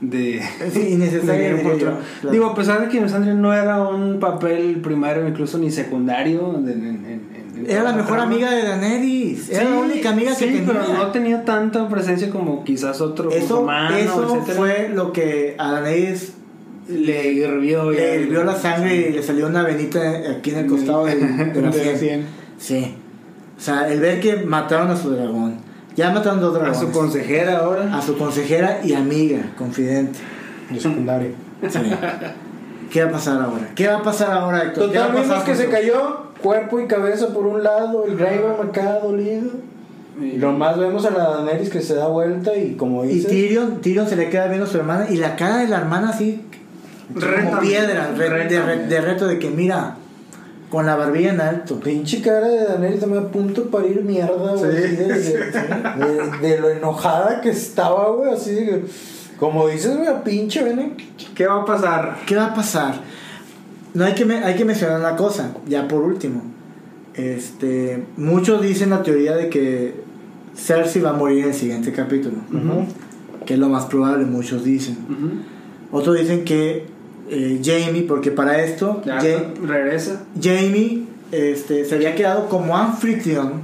de. Sí, innecesaria, de Game of diría yo, Thrones. claro. Digo, a pesar de que Melisandre no era un papel primario, incluso ni secundario. de- en- en- en- en Era la toda mejor trama. amiga de Daenerys. Era Sí, la única amiga que sí, tenía. pero no tenía tanta presencia como quizás otro eso humano, eso etcétera. fue lo que a Daenerys Le hirvió. ya. le hirvió la sangre y le salió una venita aquí en el costado del- de la De sien. cien. Sí. O sea, el ver que mataron a su dragón. Ya mataron dos A dragones. su consejera ahora. a su consejera y amiga, confidente. De secundaria. Sí. ¿Qué va a pasar ahora? ¿Qué va a pasar ahora, Héctor? ¿Qué va Total, a pasar vimos que con se su- cayó cuerpo y cabeza por un lado, el Grey Worm acá dolido. Y lo más vemos a la Daenerys que se da vuelta y como Y dice... Tyrion, Tyrion se le queda viendo a su hermana y la cara de la hermana así como Rétame, piedra, re- de, re- rétame. de reto de que mira, con la barbilla en alto. Pinche cara de Daenerys también a punto para ir mierda, güey. Sí. así De, de- de- de lo enojada que estaba, güey. Así de que, como dices, güey, a pinche, ven. ¿eh? ¿Qué va a pasar? ¿Qué va a pasar? No hay que, me- hay que mencionar una cosa, ya por último. Este, muchos dicen la teoría de que Cersei va a morir en el siguiente capítulo, que es lo más probable, muchos dicen. Ujú. Otros dicen que eh, Jamie, porque para esto, Ya, Ja- regresa. Jamie este, se había quedado como anfitrión,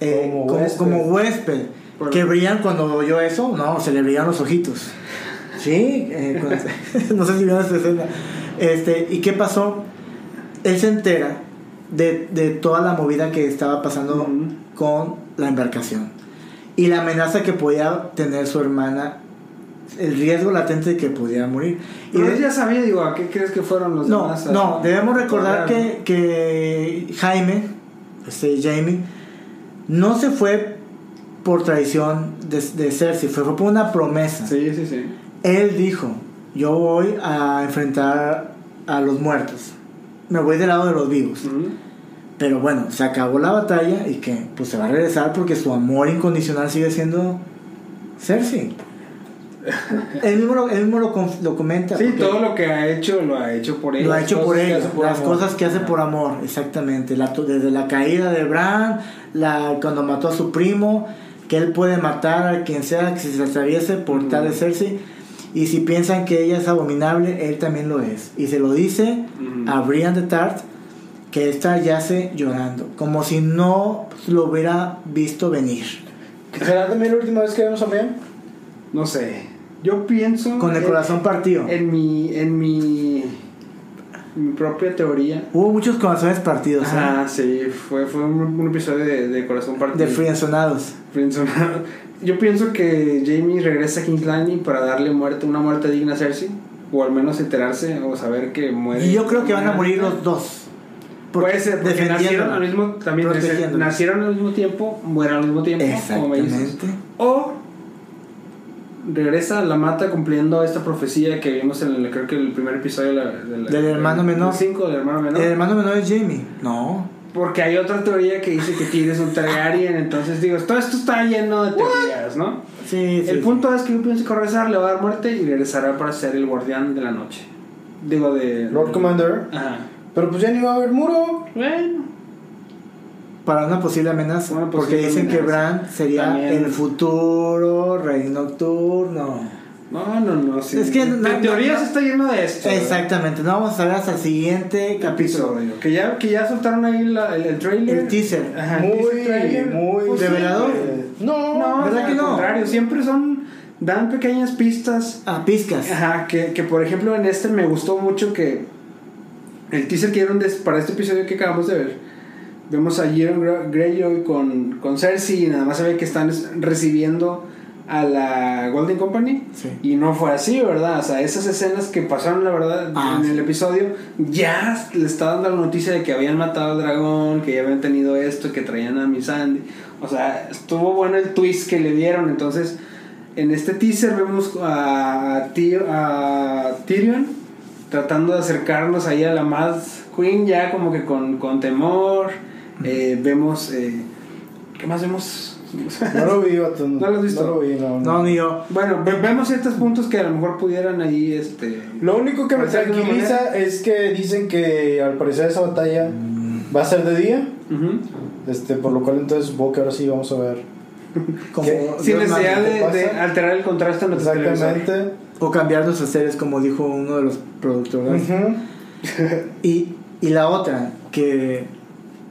eh, Como como, huésped. como huésped, Por- que brillan cuando oyó eso, no, se le brillaron los ojitos. Sí, eh, cuando- no sé si vieron esa escena. Este, ¿Y qué pasó? Él se entera de, de toda la movida que estaba pasando Ujú. con la embarcación y la amenaza que podía tener su hermana, el riesgo latente de que podía morir. Y Pero de- él ya sabía, digo, ¿a qué crees que fueron los no, demás? no, debemos recordar Claro. que, que Jaime, este Jamie, no se fue por traición de, de Cersei, fue, fue por una promesa. Sí, sí, sí. Él dijo, yo voy a enfrentar a los muertos, me voy del lado de los vivos. Ujú. Pero bueno, se acabó la batalla y que pues se va a regresar porque su amor incondicional sigue siendo Cersei. él mismo lo, él mismo lo, con- lo comenta. Sí, porque- todo lo que ha hecho lo ha hecho por ella. lo ha hecho cosas por que ella, hace por las amor. cosas que hace por amor, exactamente. La to- desde la caída de Bran, la, cuando mató a su primo, que él puede matar a quien sea que se atraviese por Ujú. tal de Cersei. Y si piensan que ella es abominable, él también lo es. Y se lo dice Ujú. a Brian de Tart, que esta yace llorando, como si no lo hubiera visto venir. ¿Será también la última vez que vemos a Brian? No sé. Yo pienso. Con el en- corazón partido. En mi. En mi. Mi propia teoría. Hubo muchos corazones partidos, ¿eh? Ah, sí. Fue, fue un, un episodio de, de Corazón Partido. de frienzonados. Friendzonado. Yo pienso que Jamie regresa a King's Landing para darle muerte, una muerte digna a Cersei. O al menos enterarse o saber que muere. Y yo creo que van a morir los dos. Puede ser, porque nacieron defendiéndola. al mismo, también dice, Protegiéndola. nacieron al mismo tiempo, mueren al mismo tiempo. como me dices. Exactamente. O regresa a la mata cumpliendo esta profecía que vimos en el, creo que el primer episodio de la- de la- Del hermano del menor. cinco, del hermano menor. El hermano menor es Jamie. No. Porque hay otra teoría que dice que tienes un Targaryen, entonces digo, todo esto está lleno de teorías, ¿no? Sí, sí. el sí. punto es que yo pienso que regresar le va a dar muerte y regresará para ser el guardián de la noche. Digo, de... Lord Commander. Ajá. Pero pues ya ni va a haber muro. Bueno. Para una posible amenaza. Una posible porque dicen que amenaza. Bran sería También. el futuro rey nocturno. No, no, no, sí. Es que no- de teorías no- está lleno de esto. ¿verdad? Exactamente. No vamos a ver hasta el siguiente capítulo. episodio. Que ya, que ya soltaron ahí la- el, el trailer. El teaser. Ajá, el teaser Muy, trailer. muy... Pues sí, ¿Develador? eh, No, No, ¿verdad al que no? contrario, siempre son. Dan pequeñas pistas. A pizcas. Ajá, que, que por ejemplo en este me gustó mucho que. El teaser que dieron des- para este episodio que acabamos de ver. Vemos a Euron Gre- Greyjoy con, con Cersei y nada más se ve que están es- recibiendo a la Golden Company. Sí. Y no fue así, ¿verdad? O sea, esas escenas que pasaron, la verdad, Ah, en sí. el episodio, ya le está dando la noticia de que habían matado al dragón, que ya habían tenido esto, que traían a Miss Sandy. O sea, estuvo bueno el twist que le dieron. Entonces, en este teaser vemos a, a Tyr- a Tyrion tratando de acercarnos ahí a la Mad Queen, ya como que con, con temor. Eh, vemos. eh, ¿Qué más vemos? No lo vi, vato. ¿No lo has visto? No lo vi, no. No, ni yo. Bueno, ve- vemos ciertos puntos que a lo mejor pudieran ahí, este... Lo único que me Puede ser de una tranquiliza es que dicen que al parecer esa batalla Mm. va a ser de día. Ujú. Este, por lo cual entonces supongo que ahora sí vamos a ver. Como ¿Qué? Dios Sin necesidad ¿qué de, pasa? de alterar el contraste en nuestro televisor. Exactamente. mande. O cambiar nuestras series, como dijo uno de los productores. Ujú. y, y la otra, que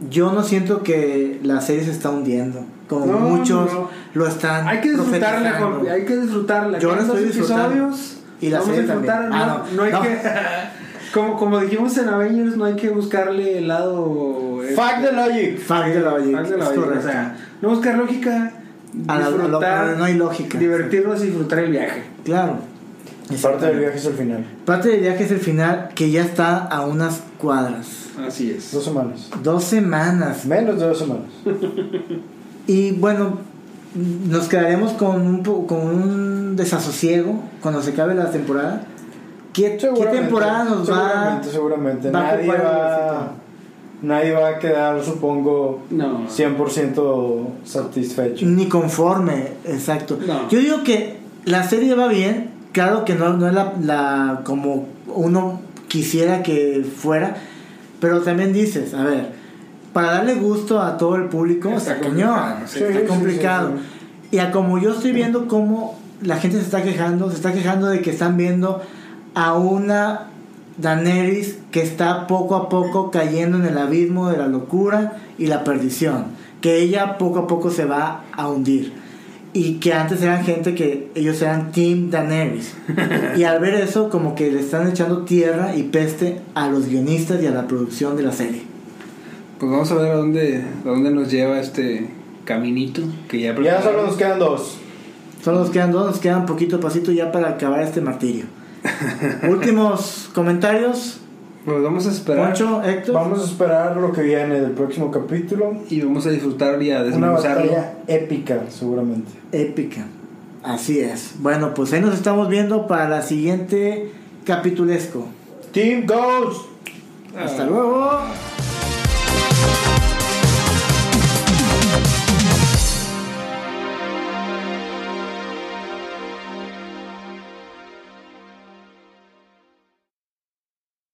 yo no siento que la serie se está hundiendo. Como No, muchos no. lo están Hay que disfrutarla, profetizando. Jorge, hay que disfrutarla. Yo la Estos estoy disfrutando. episodios Y la vamos a serie disfrutar, también. Ah, no, no, no hay no. que... Como, como dijimos en Avengers, no hay que buscarle el lado... este, Fuck the logic. Fact de la Valle, fact de la es vida, correcto. o sea, no buscar lógica, A la- a lo- disfrutar, no hay lógica. divertirnos y disfrutar el viaje. Claro. Parte del viaje es el final. Parte del viaje es el final, que ya está a unas cuadras. Así es. Dos semanas. Dos semanas. Menos de dos semanas. Y bueno, nos quedaremos con un, po- con un desasosiego cuando se acabe la temporada. ¿Qué, qué Seguramente, temporada nos va? Seguramente, seguramente. va a nadie, ocupar va, nadie va a quedar, supongo, No. 100% satisfecho. Ni conforme, exacto. No. Yo digo que la serie va bien, claro que no, no es la, la- como uno quisiera que fuera, pero también dices, a ver, para darle gusto a todo el público, Está está, complicado, cañón, sí, está sí, sí, complicado. sí, Y a como yo estoy viendo cómo la gente se está quejando, se está quejando de que están viendo a una Daenerys que está poco a poco cayendo en el abismo de la locura y la perdición, que ella poco a poco se va a hundir. Y que antes eran gente que ellos eran Team Daenerys. Y al ver eso, como que le están echando tierra y peste a los guionistas y a la producción de la serie. Pues vamos a ver a dónde, a dónde nos lleva este caminito que ya Ya solo preparamos. nos quedan dos. Solo nos quedan dos, nos quedan poquito a pasito ya para acabar este martirio. Últimos comentarios. Pues vamos a esperar. Poncho, Héctor. Vamos a esperar lo que viene del próximo capítulo. y vamos a disfrutar y a Una desmenuzarlo. batalla épica, seguramente. Épica. Así es. Bueno, pues ahí nos estamos viendo para la siguiente capitulesco. Team Ghost. Hasta luego. Adiós.